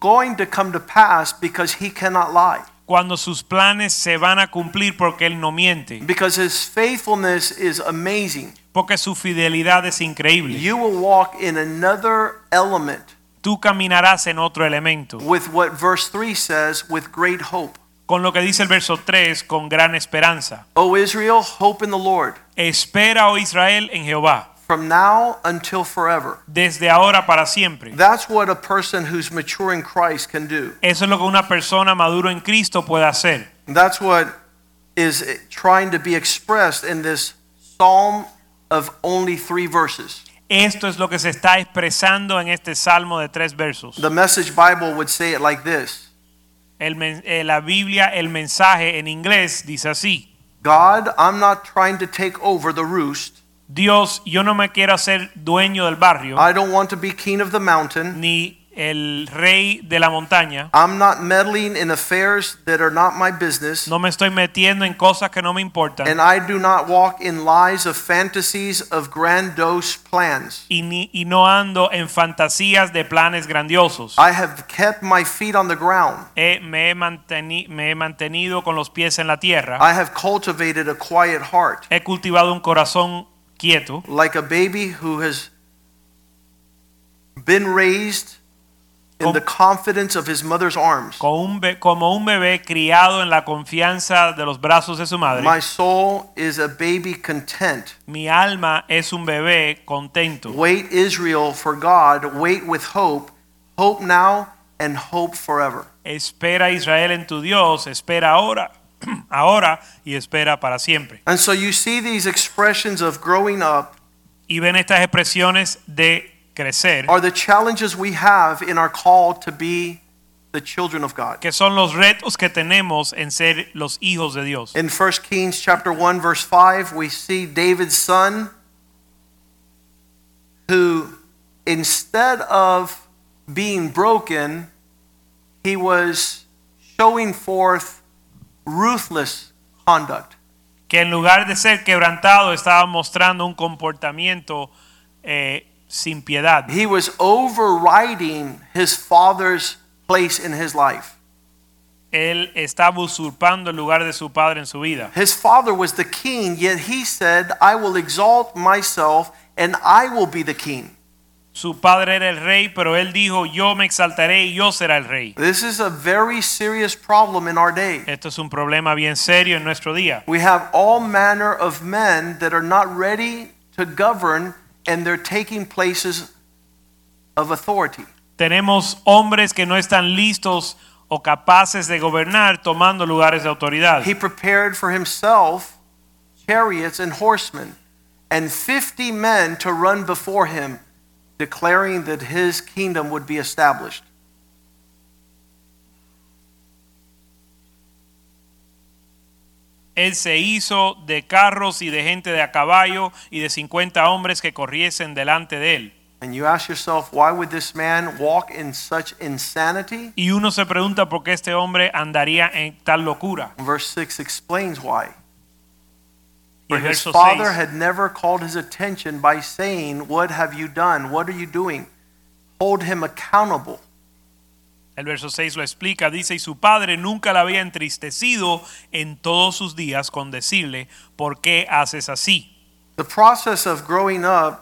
going to come to pass because he cannot lie.
cuando sus planes se van a cumplir porque Él no miente.
Because his faithfulness is amazing.
Porque su fidelidad es increíble.
You will walk in another element
tú caminarás en otro elemento.
with what verse 3 says with great hope.
Con lo que dice el verso 3, con gran esperanza.
O Israel, hope in the Lord
Espera, oh Israel, en Jehová,
from now until forever.
desde ahora para siempre.
That's what a person who's mature in Christ can do.
Eso es lo que una persona maduro en Cristo puede hacer.
That's what is trying to be expressed in this psalm of only three verses.
Esto es lo que se está expresando en este salmo de tres versos.
The Message Bible would say it like this
El men- eh, la Biblia, el mensaje en inglés dice así:
God, I'm not trying to take over the roost.
Dios, yo no me quiero hacer dueño del barrio,
I don't want to be king of the mountain.
ni el rey de la montaña.
I'm not meddling in affairs that are not my business.
No me estoy metiendo en cosas que no me importan.
And I do not walk in lies of fantasies of grandiose plans.
y, ni- y no ando en fantasías de planes grandiosos.
I have kept my feet on the ground.
He- me, he manteni- me he mantenido con los pies en la tierra.
I have cultivated a quiet heart,
He cultivado un corazón quieto,
like a baby who has been raised in the confidence of his mother's arms.
con un be- como un bebé criado en la confianza de los brazos de su madre.
My soul is a baby content.
Mi alma es un bebé contento.
Wait, Israel, for God. Wait with hope. Hope now and hope forever.
Espera Israel en tu Dios, espera ahora, ahora y espera para siempre.
And so you see these expressions of growing up
Y ven estas expresiones de crecer,
are the challenges we have in our call to be the children of God.
que son los retos que tenemos en ser los hijos de Dios.
In 1 Kings chapter 1 verse 5, we see David's son who instead of being broken, he was showing forth ruthless conduct.
Que en lugar de ser quebrantado estaba mostrando un comportamiento eh, sin piedad.
He was overriding his father's place in his life.
Él estaba usurpando el lugar de su padre en su vida.
His father was the king, yet he said, I will exalt myself and I will be the king.
Su padre era el rey, pero él dijo, yo me exaltaré y yo será el rey.
This is a very serious problem in our day.
Esto es un problema bien serio en nuestro día.
We have all manner of men that are not ready to govern and they're taking places of authority.
Tenemos hombres que no están listos o capaces de gobernar tomando lugares de autoridad.
He prepared for himself chariots and horsemen and 50 men to run before him, declaring that his kingdom would be established.
Él se hizo de carros y de gente de a caballo y de 50 hombres que corriesen delante de él.
And you ask yourself, why would this man walk in such insanity?
Y uno se pregunta por qué este hombre andaría en tal locura.
Verse 6 explains why.
Y
For
el
his
verso
father
6,
had never called his attention by saying, What have you done? What are you doing? Hold him accountable.
el verso 6 lo explica, dice, y su padre nunca la había entristecido en todos sus días con decirle, ¿por qué haces así?
The process of growing up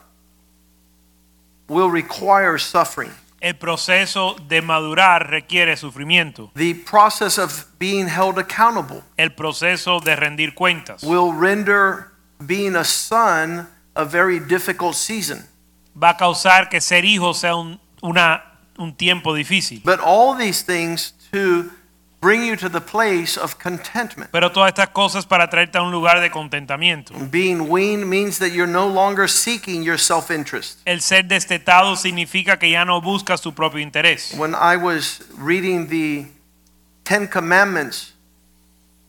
will require suffering.
El proceso de madurar requiere sufrimiento.
The process of being held accountable
El proceso de rendir cuentas.
will render being a son a very difficult season.
va a causar que ser hijo sea un, una- un tiempo difícil.
But all these things to bring you to the place of contentment.
Pero todas estas cosas para traerte a un lugar de contentamiento.
Being weaned means that you're no longer seeking your self interest.
El ser destetado significa que ya no buscas tu propio interés.
When I was reading the Ten Commandments,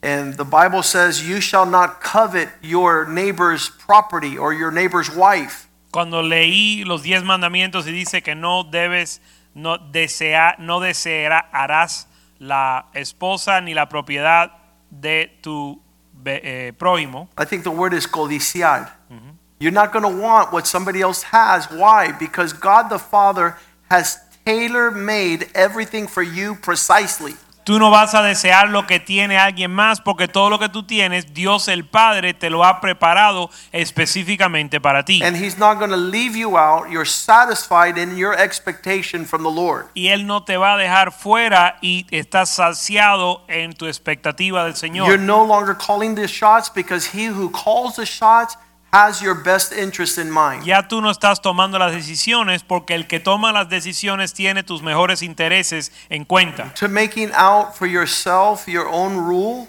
and the Bible says, You shall not covet your neighbor's property or your neighbor's wife.
Cuando leí los diez mandamientos y dice que no debes, no desear, no desearás la esposa ni la propiedad de tu ve- eh, prójimo.
I think the word is codiciar. You're not going to want what somebody else has. Why? Because God the Father has tailor made everything for you precisely.
Tú no vas a desear lo que tiene alguien más porque todo lo que tú tienes, Dios el Padre te lo ha preparado específicamente para ti.
And He's not going to leave you out. You're satisfied in your expectation from the Lord.
y Él no te va a dejar fuera y estás saciado en tu expectativa del
You're
Señor.
no longer calling the shots because he who calls the shots has your best interest in mind.
Ya tú no estás tomando las decisiones porque el que toma las decisiones tiene tus mejores intereses en cuenta.
To making out for yourself your own rule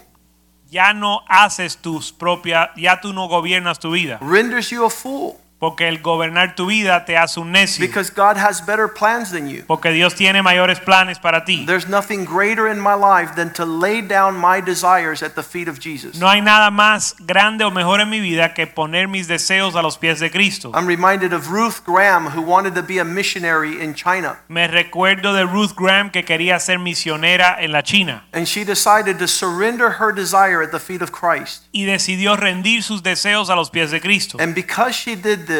Ya no haces tus propias, ya tú no gobiernas tu vida
renders you a fool
porque el gobernar tu vida te hace un necio.
because God has better plans than you.
Porque Dios tiene mayores planes para ti.
There's nothing greater in my life than to lay down my desires at the feet of Jesus.
No hay nada más grande o mejor en mi vida que poner mis deseos a los pies de Cristo.
I'm reminded of Ruth Graham who wanted to be a missionary in China
Me recuerdo de Ruth Graham que quería ser misionera en la China
and she decided to surrender her desire at the feet of Christ.
y decidió rendir sus deseos a los pies de Cristo.
And because she did this,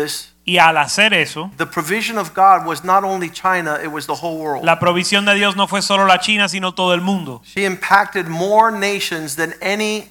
Y al hacer eso,
the provision of God was not only China, it was the whole world.
la provisión de Dios no fue solo la China, sino todo el mundo.
She impacted more nations than any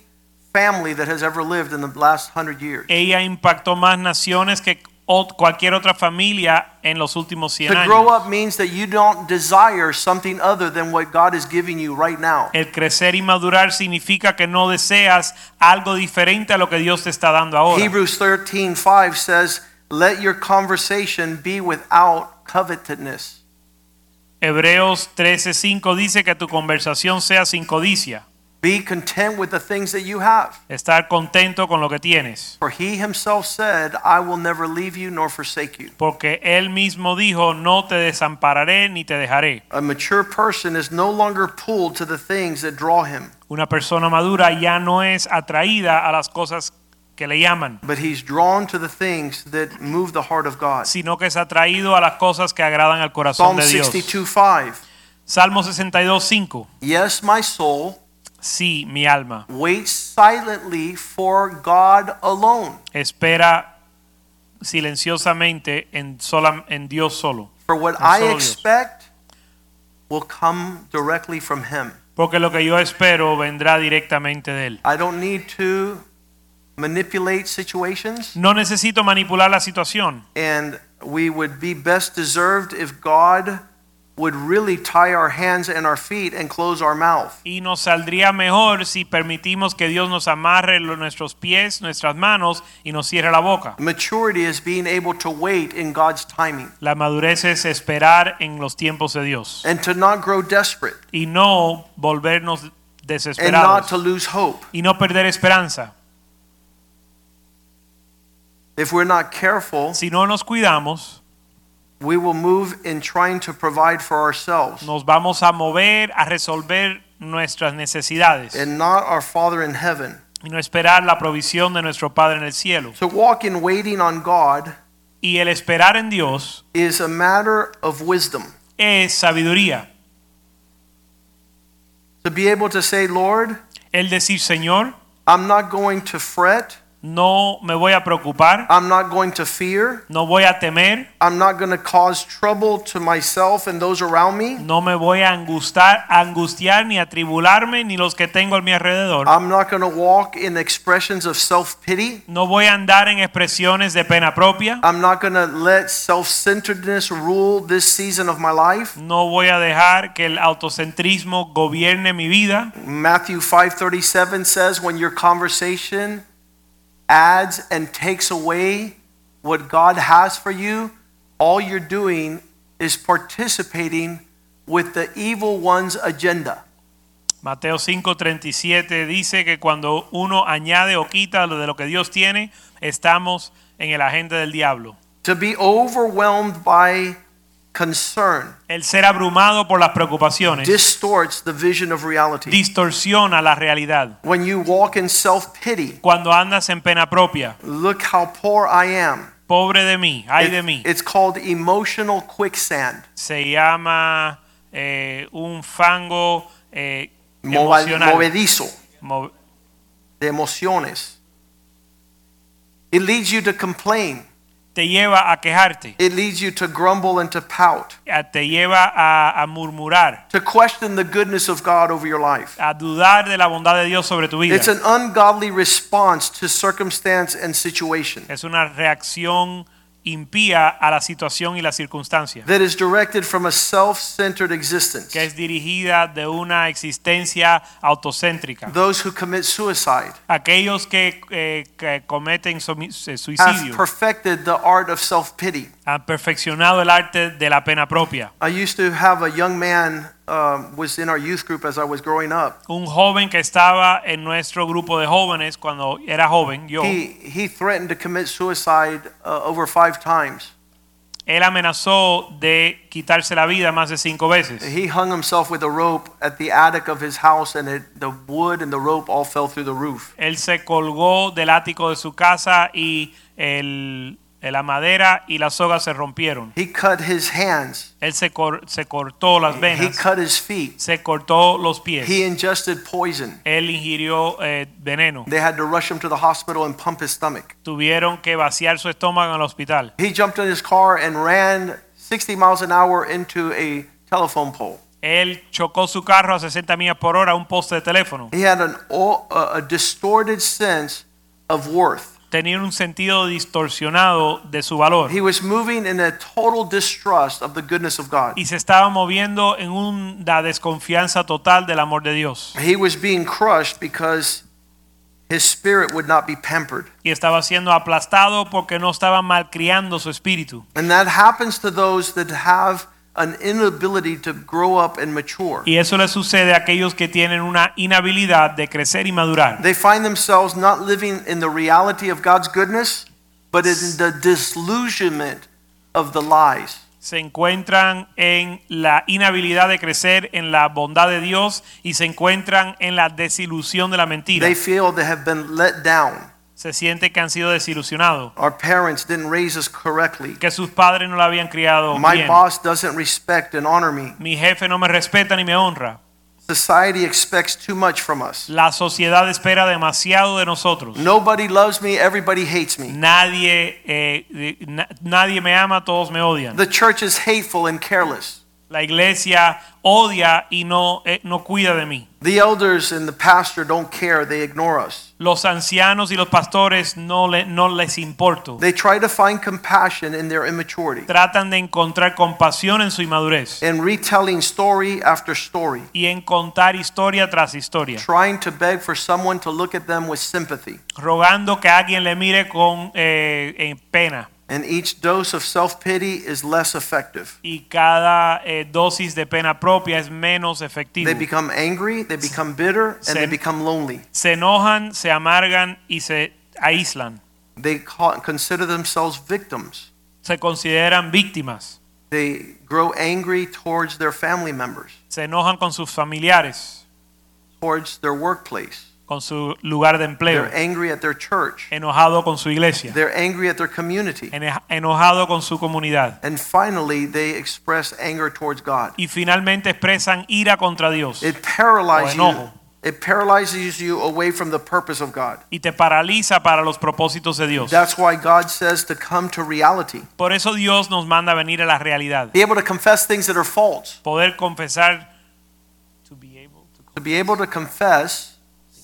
family that has ever lived in the last hundred years.
Ella impactó más naciones que o cualquier otra familia en los últimos 100
To grow
años.
up means that you don't desire something other than what God is giving you right now.
El crecer y madurar significa que no deseas algo diferente a lo que Dios te está dando ahora.
Hebrews 13:5 says, "Let your conversation be without covetousness."
Hebreos 13:5 dice que tu conversación sea sin codicia,
Be content with the things that you have.
estar contento con lo que tienes,
For he himself said, I will never leave you nor forsake you.
porque él mismo dijo, no te desampararé ni te dejaré.
A mature person is no longer pulled to the things that draw him,
Una persona madura ya no es atraída a las cosas que le llaman,
but he's drawn to the things that move the heart of God.
sino que es atraído a las cosas que agradan al
Psalm
corazón de Dios.
62 5.
Salmo 62:5.
Yes, my soul,
Sí, mi alma
wait silently for God alone,
espera silenciosamente en sola- en Dios solo,
for what
That's all
I
yours.
expect will come directly from him.
porque lo que yo espero vendrá directamente de él.
I don't need to manipulate situations.
No necesito manipular la situación.
and we would be best deserved if God would really tie our hands and our feet and close our mouth.
Y nos saldría mejor si permitimos que Dios nos amarre lo- nuestros pies, nuestras manos y nos cierre la boca.
Maturity is being able to wait in God's timing
La madurez es esperar en los tiempos de Dios
and to not grow desperate
y no volvernos
and not to
desesperados
lose hope.
y no perder esperanza.
If we're not careful,
Si no nos cuidamos,
we will move in trying to provide for ourselves
nos vamos a mover a resolver nuestras necesidades
and not our Father in heaven.
y no esperar la provisión de nuestro Padre en el cielo.
To walk in waiting on God
Y el esperar en Dios
is a matter of wisdom.
es sabiduría.
To be able to say, Lord,
El decir, Señor,
I'm not going to fret,
no me voy a preocupar,
I'm not going to fear.
no voy a temer,
I'm not going to cause trouble to myself and those around me.
no me voy a angustar, a angustiar ni a tribularme ni los que tengo a mi alrededor.
I'm not going to walk in expressions of self pity.
No voy a andar en expresiones de pena propia,
I'm not going to let self centeredness rule this season of my life.
no voy a dejar que el autocentrismo gobierne mi vida.
Matthew 5:37 says when your conversation adds and takes away what God has for you, all you're doing is participating with the evil one's agenda.
Mateo 5:37 dice que cuando uno añade o quita lo de lo que Dios tiene, estamos en el agente del diablo.
To be overwhelmed by concern
El ser abrumado por las preocupaciones
distorts the vision of reality.
distorsiona la realidad.
When you walk in self pity,
Cuando andas en pena propia,
look how poor I am.
pobre de mí, ay de
It-
mí.
It's called emotional quicksand.
se llama eh, un fango eh,
Mova-
emocional.
Movedizo
Mo-
de emociones. It leads you to complain.
te lleva a quejarte,
It leads you to grumble and to pout,
a- te lleva a, a murmurar,
to question the goodness of God over your life.
a dudar de la bondad de Dios sobre tu vida.
It's an ungodly response to circumstance and situation
es una reacción impía a la situación y la circunstancia,
that is directed from a self centered existence.
que es dirigida de una existencia autocéntrica.
Those who commit suicide
Aquellos que, eh, que cometen somi- eh,
have
suicidio
perfected the art of self pity.
han perfeccionado el arte de la pena propia.
I used to have a young man um, was in our youth group as I was growing up.
Un joven que estaba en nuestro grupo de jóvenes cuando era joven, yo,
He he threatened to commit suicide uh, over five times.
él amenazó de quitarse la vida más de cinco veces.
He hung himself with a rope at the attic of his house, and it, the wood and the rope all fell through the roof.
Él se colgó del ático de su casa y el- la madera y la soga se rompieron.
He cut his hands.
Él se, cor- se cortó las
He
venas,
cut his feet.
se cortó los pies.
He ingested poison.
él ingirió eh, veneno.
They had to rush him to the hospital and pump his stomach.
Tuvieron que vaciar su estómago en el hospital.
He jumped in his car and ran 60 miles an hour into a telephone pole.
Él chocó su carro a 60 millas por hora a un poste de teléfono.
He had an, o- a a distorted sense of worth.
tenían un sentido distorsionado de su valor
He was moving in a total distrust of the goodness of God.
y se estaba moviendo en una desconfianza total del amor de Dios
He was being crushed because his spirit would not be pampered.
y estaba siendo aplastado porque no estaba malcriando su espíritu.
And that happens to those that have an inability to grow up and mature.
Y eso le sucede a aquellos que tienen una inhabilidad de crecer y madurar.
They find themselves not living in the reality of God's goodness, but in the disillusionment of the lies.
Se encuentran en la inhabilidad de crecer en la bondad de Dios y se encuentran en la desilusión de la mentira.
They feel they have been let down.
Se siente que han sido desilusionados,
Our parents didn't raise us correctly.
que sus padres no la habían criado
My
bien.
boss doesn't respect and honor me.
Mi jefe no me respeta ni me honra.
Society expects too much from us.
La sociedad espera demasiado de nosotros.
Nobody loves me, everybody hates me.
Nadie, eh, eh, na- nadie me ama, todos me odian.
The church is hateful and careless.
La iglesia odia y no, eh, no cuida de mí.
The elders and the pastor don't care, they ignore us.
Los ancianos y los pastores no, le- no les importo.
They try to find compassion in their immaturity
Tratan de encontrar compasión en su inmadurez
and retelling story after story,
y en contar historia tras historia,
trying to beg for someone to look at them with sympathy.
rogando que alguien le mire con eh, en pena.
And each dose of self pity is less effective.
Y cada eh, dosis de pena propia es menos efectiva.
They become angry, they become bitter, and they
Sen-
become lonely.
Se enojan, se amargan y se aíslan.
They ca- consider themselves victims.
Se consideran víctimas.
They grow angry towards their family members,
Se enojan con sus familiares,
towards their workplace.
con su lugar de empleo.
They're angry at their church.
enojado con su iglesia,
They're angry at their community.
ene- enojado con su comunidad
And finally, they express anger towards God.
y finalmente expresan ira contra Dios
It paralyzes
O
you.
enojo.
It paralyzes you away from the purpose of God.
y te paraliza para los propósitos de Dios.
That's why God says to come to reality.
Por eso Dios nos manda a venir a la realidad,
Be able to confess things that are false.
poder confesar to be able to-
To be able to confess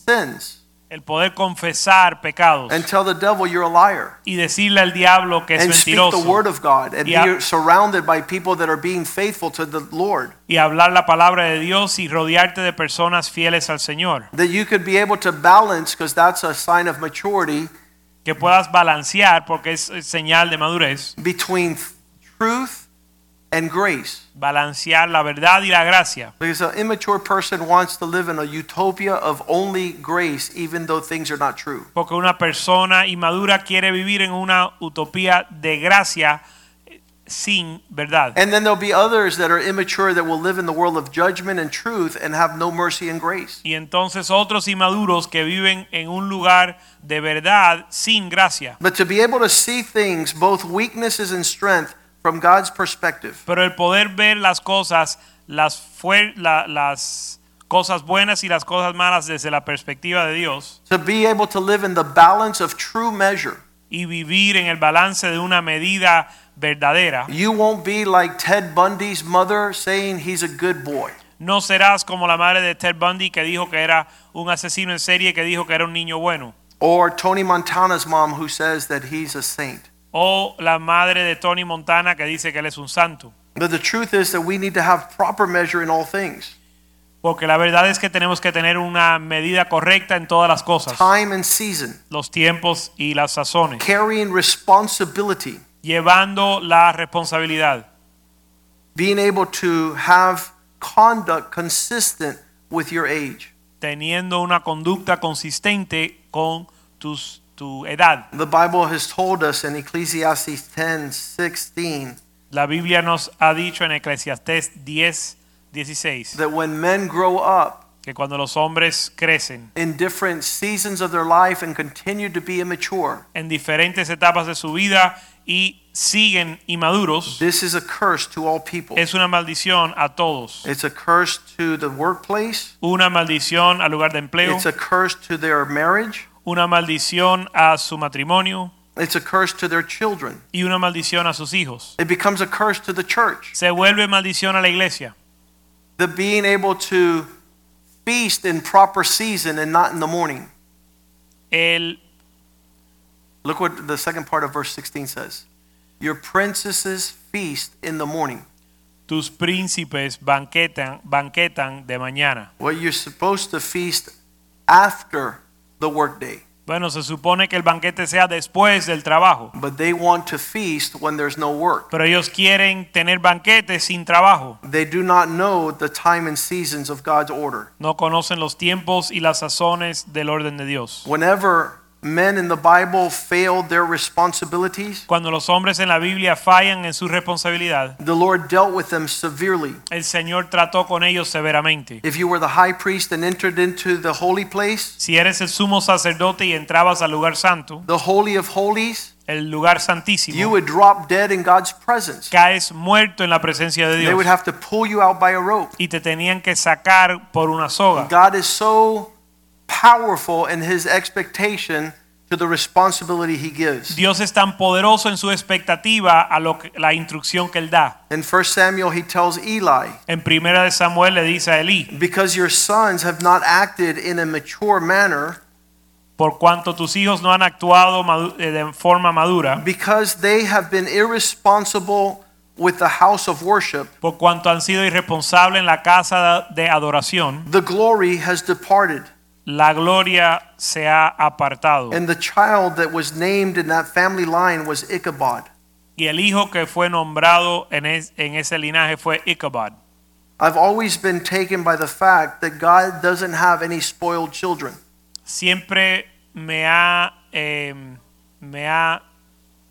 sins
el poder confesar pecados
and tell the devil you're a liar.
y decirle al diablo que es
And speak the word
mentiroso
of God and
Yeah.
be surrounded by people that are being faithful to the Lord.
y hablar la palabra de Dios y rodearte de personas fieles al Señor,
That you could be able to balance, because that's a sign of maturity,
que puedas balancear porque es es señal de madurez,
between truth and grace.
balancear la verdad y la gracia.
Because an immature person wants to live in a utopia of only grace, even though things are not true.
Porque una persona inmadura quiere vivir en una utopía de gracia eh, sin verdad.
And then there'll be others that are immature that will live in the world of judgment and truth and have no mercy and grace.
Y entonces otros inmaduros que viven en un lugar de verdad sin gracia.
But to be able to see things, both weaknesses and strength, from God's perspective,
Pero el poder ver las cosas, las, fuer- la- las cosas buenas y las cosas malas desde la perspectiva de Dios
to be able to live in the balance of true measure.
y vivir en el balance de una medida verdadera,
You won't be like Ted Bundy's mother saying he's a good boy.
no serás como la madre de Ted Bundy que dijo que era un asesino en serie que dijo que era un niño bueno.
Or Tony Montana's mom who says that he's a saint.
o la madre de Tony Montana que dice que él es un santo.
But the truth is that we need to have proper measure in all things.
Porque la verdad es que tenemos que tener una medida correcta en todas las cosas,
time and season,
los tiempos y las sazones,
carrying responsibility,
llevando la responsabilidad,
being able to have conduct consistent with your age.
teniendo una conducta consistente con tus, tu edad.
The Bible has told us in Ecclesiastes 10 16
La Biblia nos ha dicho en Eclesiastés 10, 16,
that when men grow up
que cuando los hombres crecen
in different seasons of their life and continue to be immature,
en diferentes etapas de su vida y siguen inmaduros,
this is a curse to all people.
es una maldición a todos.
It's a curse to the workplace,
una maldición al lugar de empleo,
it's a curse to their marriage,
una maldición a su matrimonio
it's a curse to their children.
y una maldición a sus hijos.
It becomes a curse to the church.
Se vuelve maldición a la iglesia,
the being able to feast in proper season and not in the morning.
el
Look what the second part of verse 16 says. Your princesses feast in the morning.
Tus príncipes banquetan, banquetan de mañana.
Well, you're supposed to feast after the workday,
Bueno, se supone que el banquete sea después del trabajo,
but they want to feast when there's no work.
pero ellos quieren tener banquetes sin trabajo.
They do not know the time and seasons of God's order.
No conocen los tiempos y las sazones del orden de Dios.
Whenever men in the Bible failed their responsibilities,
Cuando los hombres en la Biblia fallan en su responsabilidad,
the Lord dealt with them severely.
el Señor trató con ellos severamente.
If you were the high priest and entered into the holy place,
Si eres el sumo sacerdote y entrabas al lugar santo,
the holy of holies,
el lugar
you
santísimo,
would drop dead in God's presence.
caes muerto en la presencia de
They
Dios
would have to pull you out by a rope.
y te tenían que sacar por una soga.
God is so powerful in his expectation to the responsibility he gives.
Dios es tan poderoso en su expectativa a lo que- la instrucción que él da.
In 1 Samuel, he tells Eli,
En primera de Samuel le dice a Elí,
Because your sons have not acted in a mature manner,
por cuanto tus hijos no han actuado madu- eh, de forma madura,
because they have been irresponsible with the house of worship,
por cuanto han sido irresponsables en la casa de adoración,
the glory has departed.
la gloria se ha apartado.
And the child that was named in that family line was Ichabod.
Y el hijo que fue nombrado en, es- en ese linaje fue Ichabod.
I've always been taken by the fact that God doesn't have any spoiled children.
Siempre me ha, eh, me ha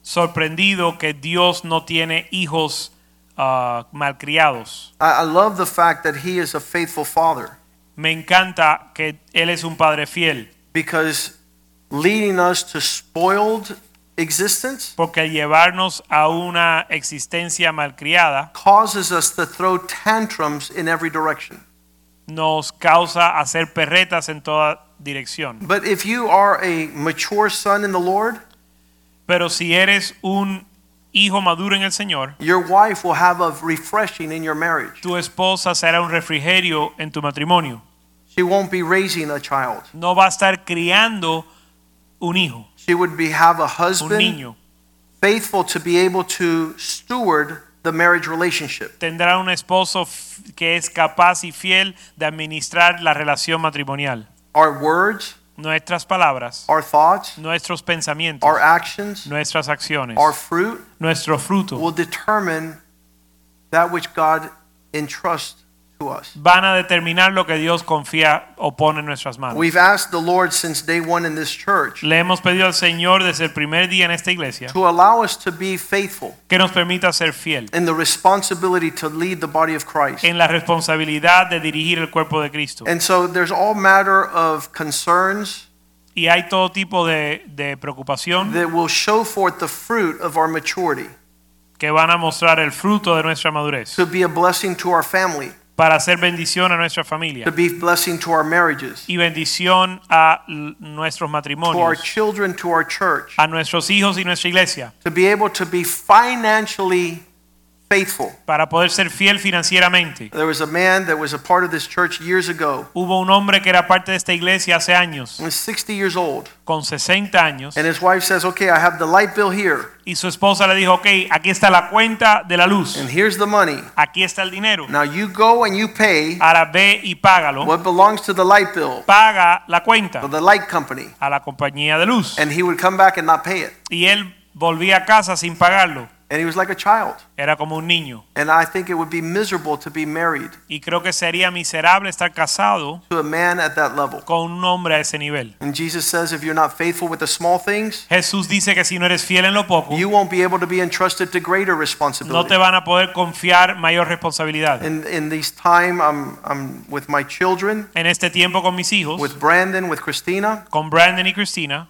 sorprendido que Dios no tiene hijos ah, malcriados.
I, I love the fact that He is a faithful Father
Me encanta que Él es un padre fiel,
because leading us to spoiled existence
porque al llevarnos a una existencia malcriada
causes us to throw tantrums in every direction.
nos causa hacer perretas en toda dirección.
But if you are a mature son in the Lord,
Pero si eres un hijo maduro en el Señor,
your wife will have a refreshing in your marriage.
tu esposa será un refrigerio en tu matrimonio.
She won't be raising a child.
No va a estar criando un hijo,
She would be have a
un
husband
niño.
faithful to be able to steward the marriage relationship.
Tendrá un esposo f- que es capaz y fiel de administrar la relación matrimonial.
Our words,
Nuestras palabras,
our thoughts,
nuestros pensamientos,
our actions,
nuestras acciones,
our fruit
nuestro fruto
will determine that which God entrusts to us.
van a determinar lo que Dios confía o pone en nuestras manos.
We've asked the Lord since day one in this church
Le hemos pedido al Señor desde el primer día en esta iglesia
to allow us to be faithful
que nos permita ser fiel
in the responsibility to lead the body of Christ.
en la responsabilidad de dirigir el cuerpo de Cristo.
And so there's all matter of concerns
Y hay todo tipo de, de preocupación
that will show forth the fruit of our maturity
que van a mostrar el fruto de nuestra madurez
to be a blessing to our family,
para hacer bendición a nuestra
to
familia
be a blessing to our marriages,
y bendición a l- nuestros
to our
matrimonios,
children, to our church.
a nuestros hijos y nuestra iglesia,
to be able to be financially faithful.
para poder ser fiel financieramente.
There was a man that was a part of this church years ago.
Hubo un hombre que era parte de esta iglesia hace años,
He was 60 years old,
con 60 años,
and his wife says, "Okay, I have the light bill here,
y su esposa le dijo, ok, aquí está la cuenta de la luz,
and here's the money.
aquí está el dinero.
Now you go and you pay
Ahora ve y págalo.
what belongs to the light bill
Paga la cuenta
of the light company."
a la compañía de luz.
And he would come back and not pay it,
Y él volvía a casa sin pagarlo.
and he was like a child.
Era como un niño.
And I think it would be miserable to be married
Y creo que sería miserable estar casado
to a man at that level.
con un hombre a ese nivel.
And Jesus says, "If you're not faithful with the small things,
Jesús dice que si no eres fiel en lo poco,
you won't be able to be entrusted to greater
no
responsibility."
te van a poder confiar mayor responsabilidad.
in in these time I'm I'm with my children,
En este tiempo con mis hijos,
with Brandon, with Christina,
con Brandon y Cristina,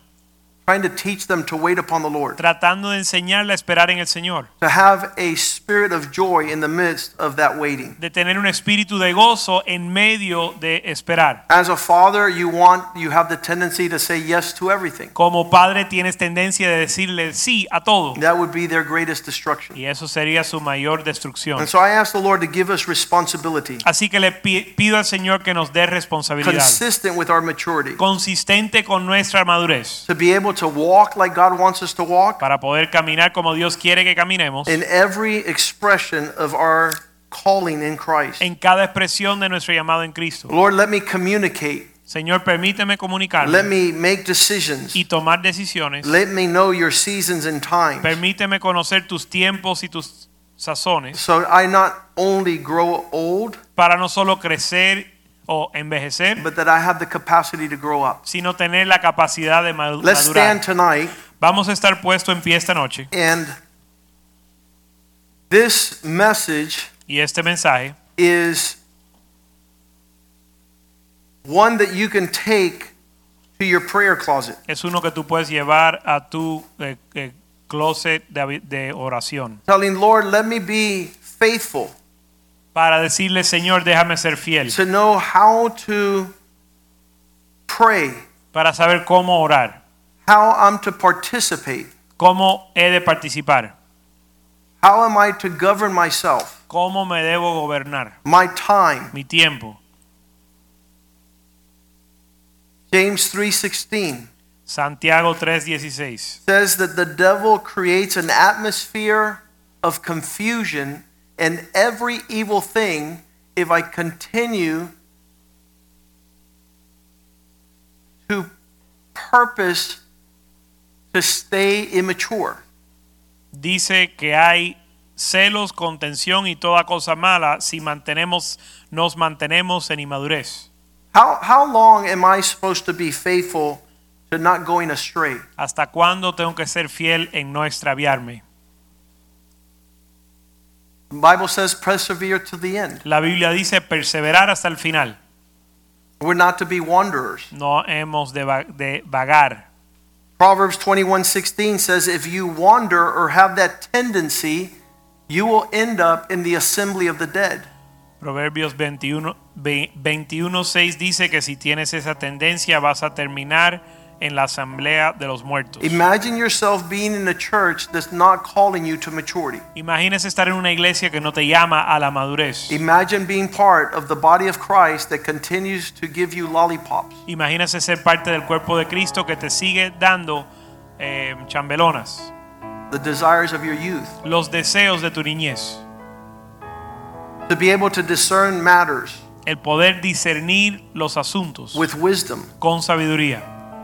trying to teach them to wait upon the Lord,
tratando de enseñarle a esperar en el Señor,
to have a s- spirit of joy in the midst of that waiting.
de tener un espíritu de gozo en medio de esperar.
As a father, you want you have the tendency to say yes to everything.
Como padre tienes tendencia de decirle sí a todo
That would be their greatest destruction.
y eso sería su mayor destrucción.
And so I ask the Lord to give us responsibility
Así que le pi- pido al Señor que nos dé responsabilidad
consistent with our maturity
consistente con nuestra madurez
to be able to walk like God wants us to walk
para poder caminar como Dios quiere que caminemos
in every expression of our calling in Christ.
en cada expresión de nuestro llamado en Cristo.
Lord, let me communicate.
Señor, permíteme
Let
comunicarme
me make decisions.
y tomar decisiones.
Let me know your seasons and times.
Permíteme conocer tus tiempos y tus sazones
So I not only grow old,
para no solo crecer o envejecer,
but that I have the capacity to grow up.
sino tener la capacidad de madu-
Let's stand
madurar.
tonight
Vamos a estar puesto en pie esta noche
and this message
y este mensaje
is one that you can take to your prayer closet.
es uno que tú puedes llevar a tu eh, eh, closet de habi- de oración
Telling Lord, let me be faithful
para decirle, Señor, déjame ser fiel,
to know how to pray,
para saber cómo orar,
how I'm to participate,
cómo he de participar,
how am I to govern myself,
cómo me debo gobernar,
my time.
mi tiempo.
James 3:16
Santiago 3:16.
says that the devil creates an atmosphere of confusion and every evil thing if I continue to purpose to stay immature.
Dice que hay celos, contención y toda cosa mala si mantenemos, nos mantenemos en inmadurez.
How, how long am I supposed to be faithful to not going astray?
¿Hasta cuándo tengo que ser fiel en no extraviarme?
The Bible says persevere to the end.
La Biblia dice perseverar hasta el final.
We're not to be wanderers.
No hemos de, va- de vagar.
Proverbs 21:16 says if you wander or have that tendency, you will end up in the assembly of the dead.
Proverbios 21, ve- 21:6 dice que si tienes esa tendencia vas a terminar en la asamblea de los muertos.
Imagine yourself being in a church that's not calling you to maturity.
Imagínese estar en una iglesia que no te llama a la madurez.
Imagine being part of the body of Christ that continues to give you lollipops.
Imagínese ser parte del cuerpo de Cristo que te sigue dando eh, chambelonas,
The desires of your youth,
los deseos de tu niñez,
to be able to discern matters
el poder discernir los asuntos
with wisdom.
con sabiduría.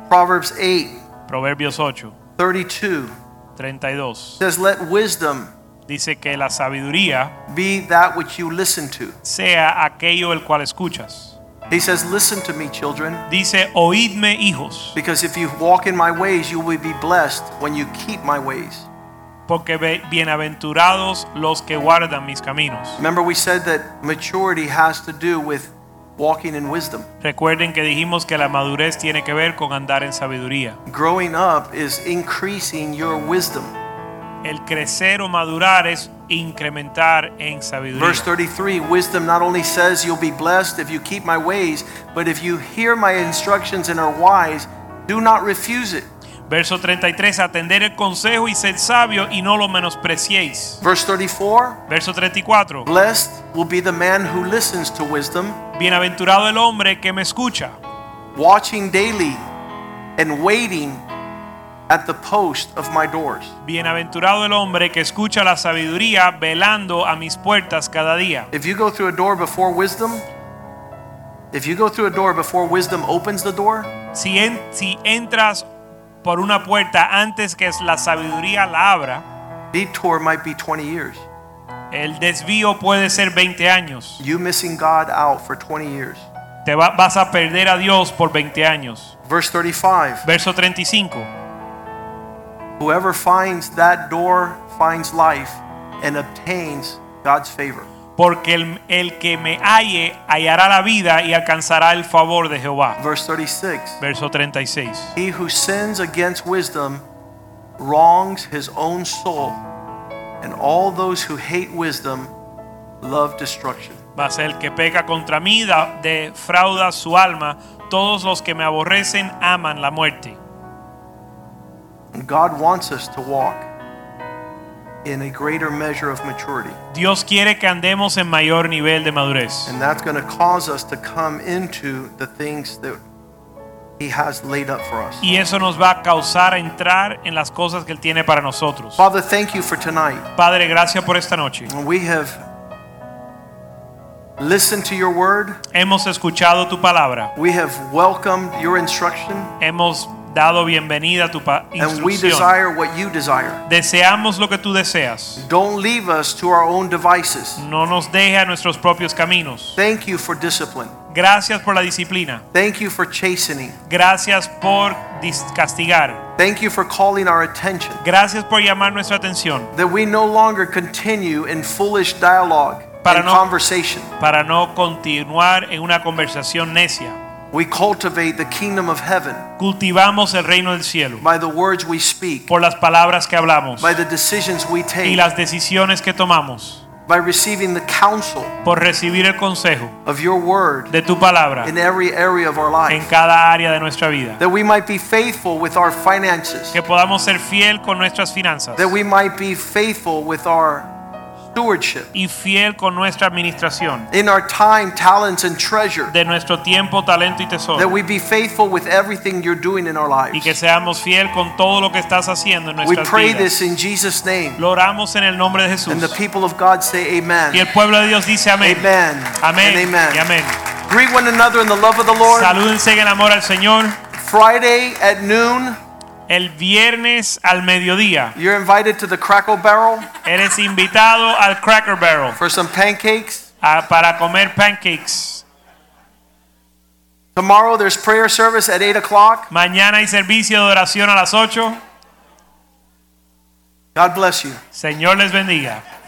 Proverbs 8,
Proverbios 8,
32
32.
says, Let wisdom
Dice que la sabiduría
be that which you listen to.
sea aquello el cual escuchas.
He says, Listen to me, children,
Dice, oídme hijos,
because if you walk in my ways, you will be blessed when you keep my ways.
porque be- bienaventurados los que guardan mis caminos.
Remember, we said that maturity has to do with walking in wisdom.
Recuerden que dijimos que la madurez tiene que ver con andar en sabiduría.
Growing up is increasing your wisdom.
El crecer o madurar es incrementar en sabiduría.
Verse 33 Wisdom not only says you'll be blessed if you keep my ways, but if you hear my instructions and are wise, do not refuse it.
Verso 33, atender el consejo y ser sabio y no lo menospreciéis.
Verse 34
Verso 34,
Blessed will be the man who listens to wisdom,
bienaventurado el hombre que me escucha,
watching daily and waiting at the post of my doors.
bienaventurado el hombre que escucha la sabiduría velando a mis puertas cada día.
If you go through a door before wisdom, if you go through a door before wisdom opens the door,
Si, en- si entras por una puerta antes que la sabiduría la abra,
detour might be 20 years.
el desvío puede ser 20 años.
You missing God out for 20 years.
Te va- vas a perder a Dios por 20 años.
Verse 35
Verso 35.
Whoever finds that door finds life and obtains God's favor.
Porque el, el que me halle hallará la vida y alcanzará el favor de Jehová.
Verse 36
Verso 36.
He who sins against wisdom wrongs his own soul, And all those who hate wisdom love destruction.
Va a ser el que peca contra mí, da- defrauda su alma. Todos los que me aborrecen aman la muerte.
And God wants us to walk in a greater measure of maturity.
Dios quiere que andemos en mayor nivel de madurez.
And that's going to cause us to come into the things that He has laid up for us.
Y eso nos va a causar entrar en las cosas que Él tiene para nosotros.
Father, thank you for tonight.
Padre, gracias por esta noche.
We have listened to your word,
Hemos escuchado tu palabra.
we have welcomed your instruction,
Hemos dado bienvenida a tu pa-
and we
instrucción.
desire what you desire.
Deseamos lo que tú deseas.
Don't leave us to our own devices.
No nos deje a nuestros propios caminos.
Thank you for discipline.
Gracias por la disciplina.
Thank you for chastening.
Gracias por dis- castigar.
Thank you for calling our attention.
Gracias por llamar nuestra atención
That we no longer continue in foolish dialogue
Para
and
no-
conversation.
para no continuar en una conversación necia.
We cultivate the kingdom of heaven
Cultivamos el reino del cielo
by the words we speak,
por las palabras que hablamos
by the decisions we
y
take,
las decisiones que tomamos,
by receiving the counsel
por recibir el consejo
of your word
de tu palabra
in every area of our
en
life.
cada área de nuestra vida.
That we might be faithful with our finances,
Que podamos ser fiel con nuestras finanzas
that we might be faithful with our stewardship,
y fiel con nuestra administración
in our time, talents, and treasure,
de nuestro tiempo, talento y
that
tesoro.
we be faithful with everything you're doing in our
Y que
lives.
seamos fiel con todo lo que estás haciendo en
We
nuestras
pray
vidas.
this in Jesus' name.
Lo oramos en el nombre de Jesús.
And the people of God say,
Y
Amen.
el pueblo de Dios dice amén.
Amen.
Amén.
And amen.
Y amén.
Greet one another in the love of the Lord.
Salúdense en el amor al Señor.
Friday at noon,
El viernes al mediodía
you're invited to the Crackle Barrel
eres invitado al Cracker Barrel
for some pancakes.
a- Ah, para comer pancakes.
Tomorrow there's prayer service at 8 o'clock.
Mañana hay servicio de oración a las 8.
God bless you.
Señor les bendiga.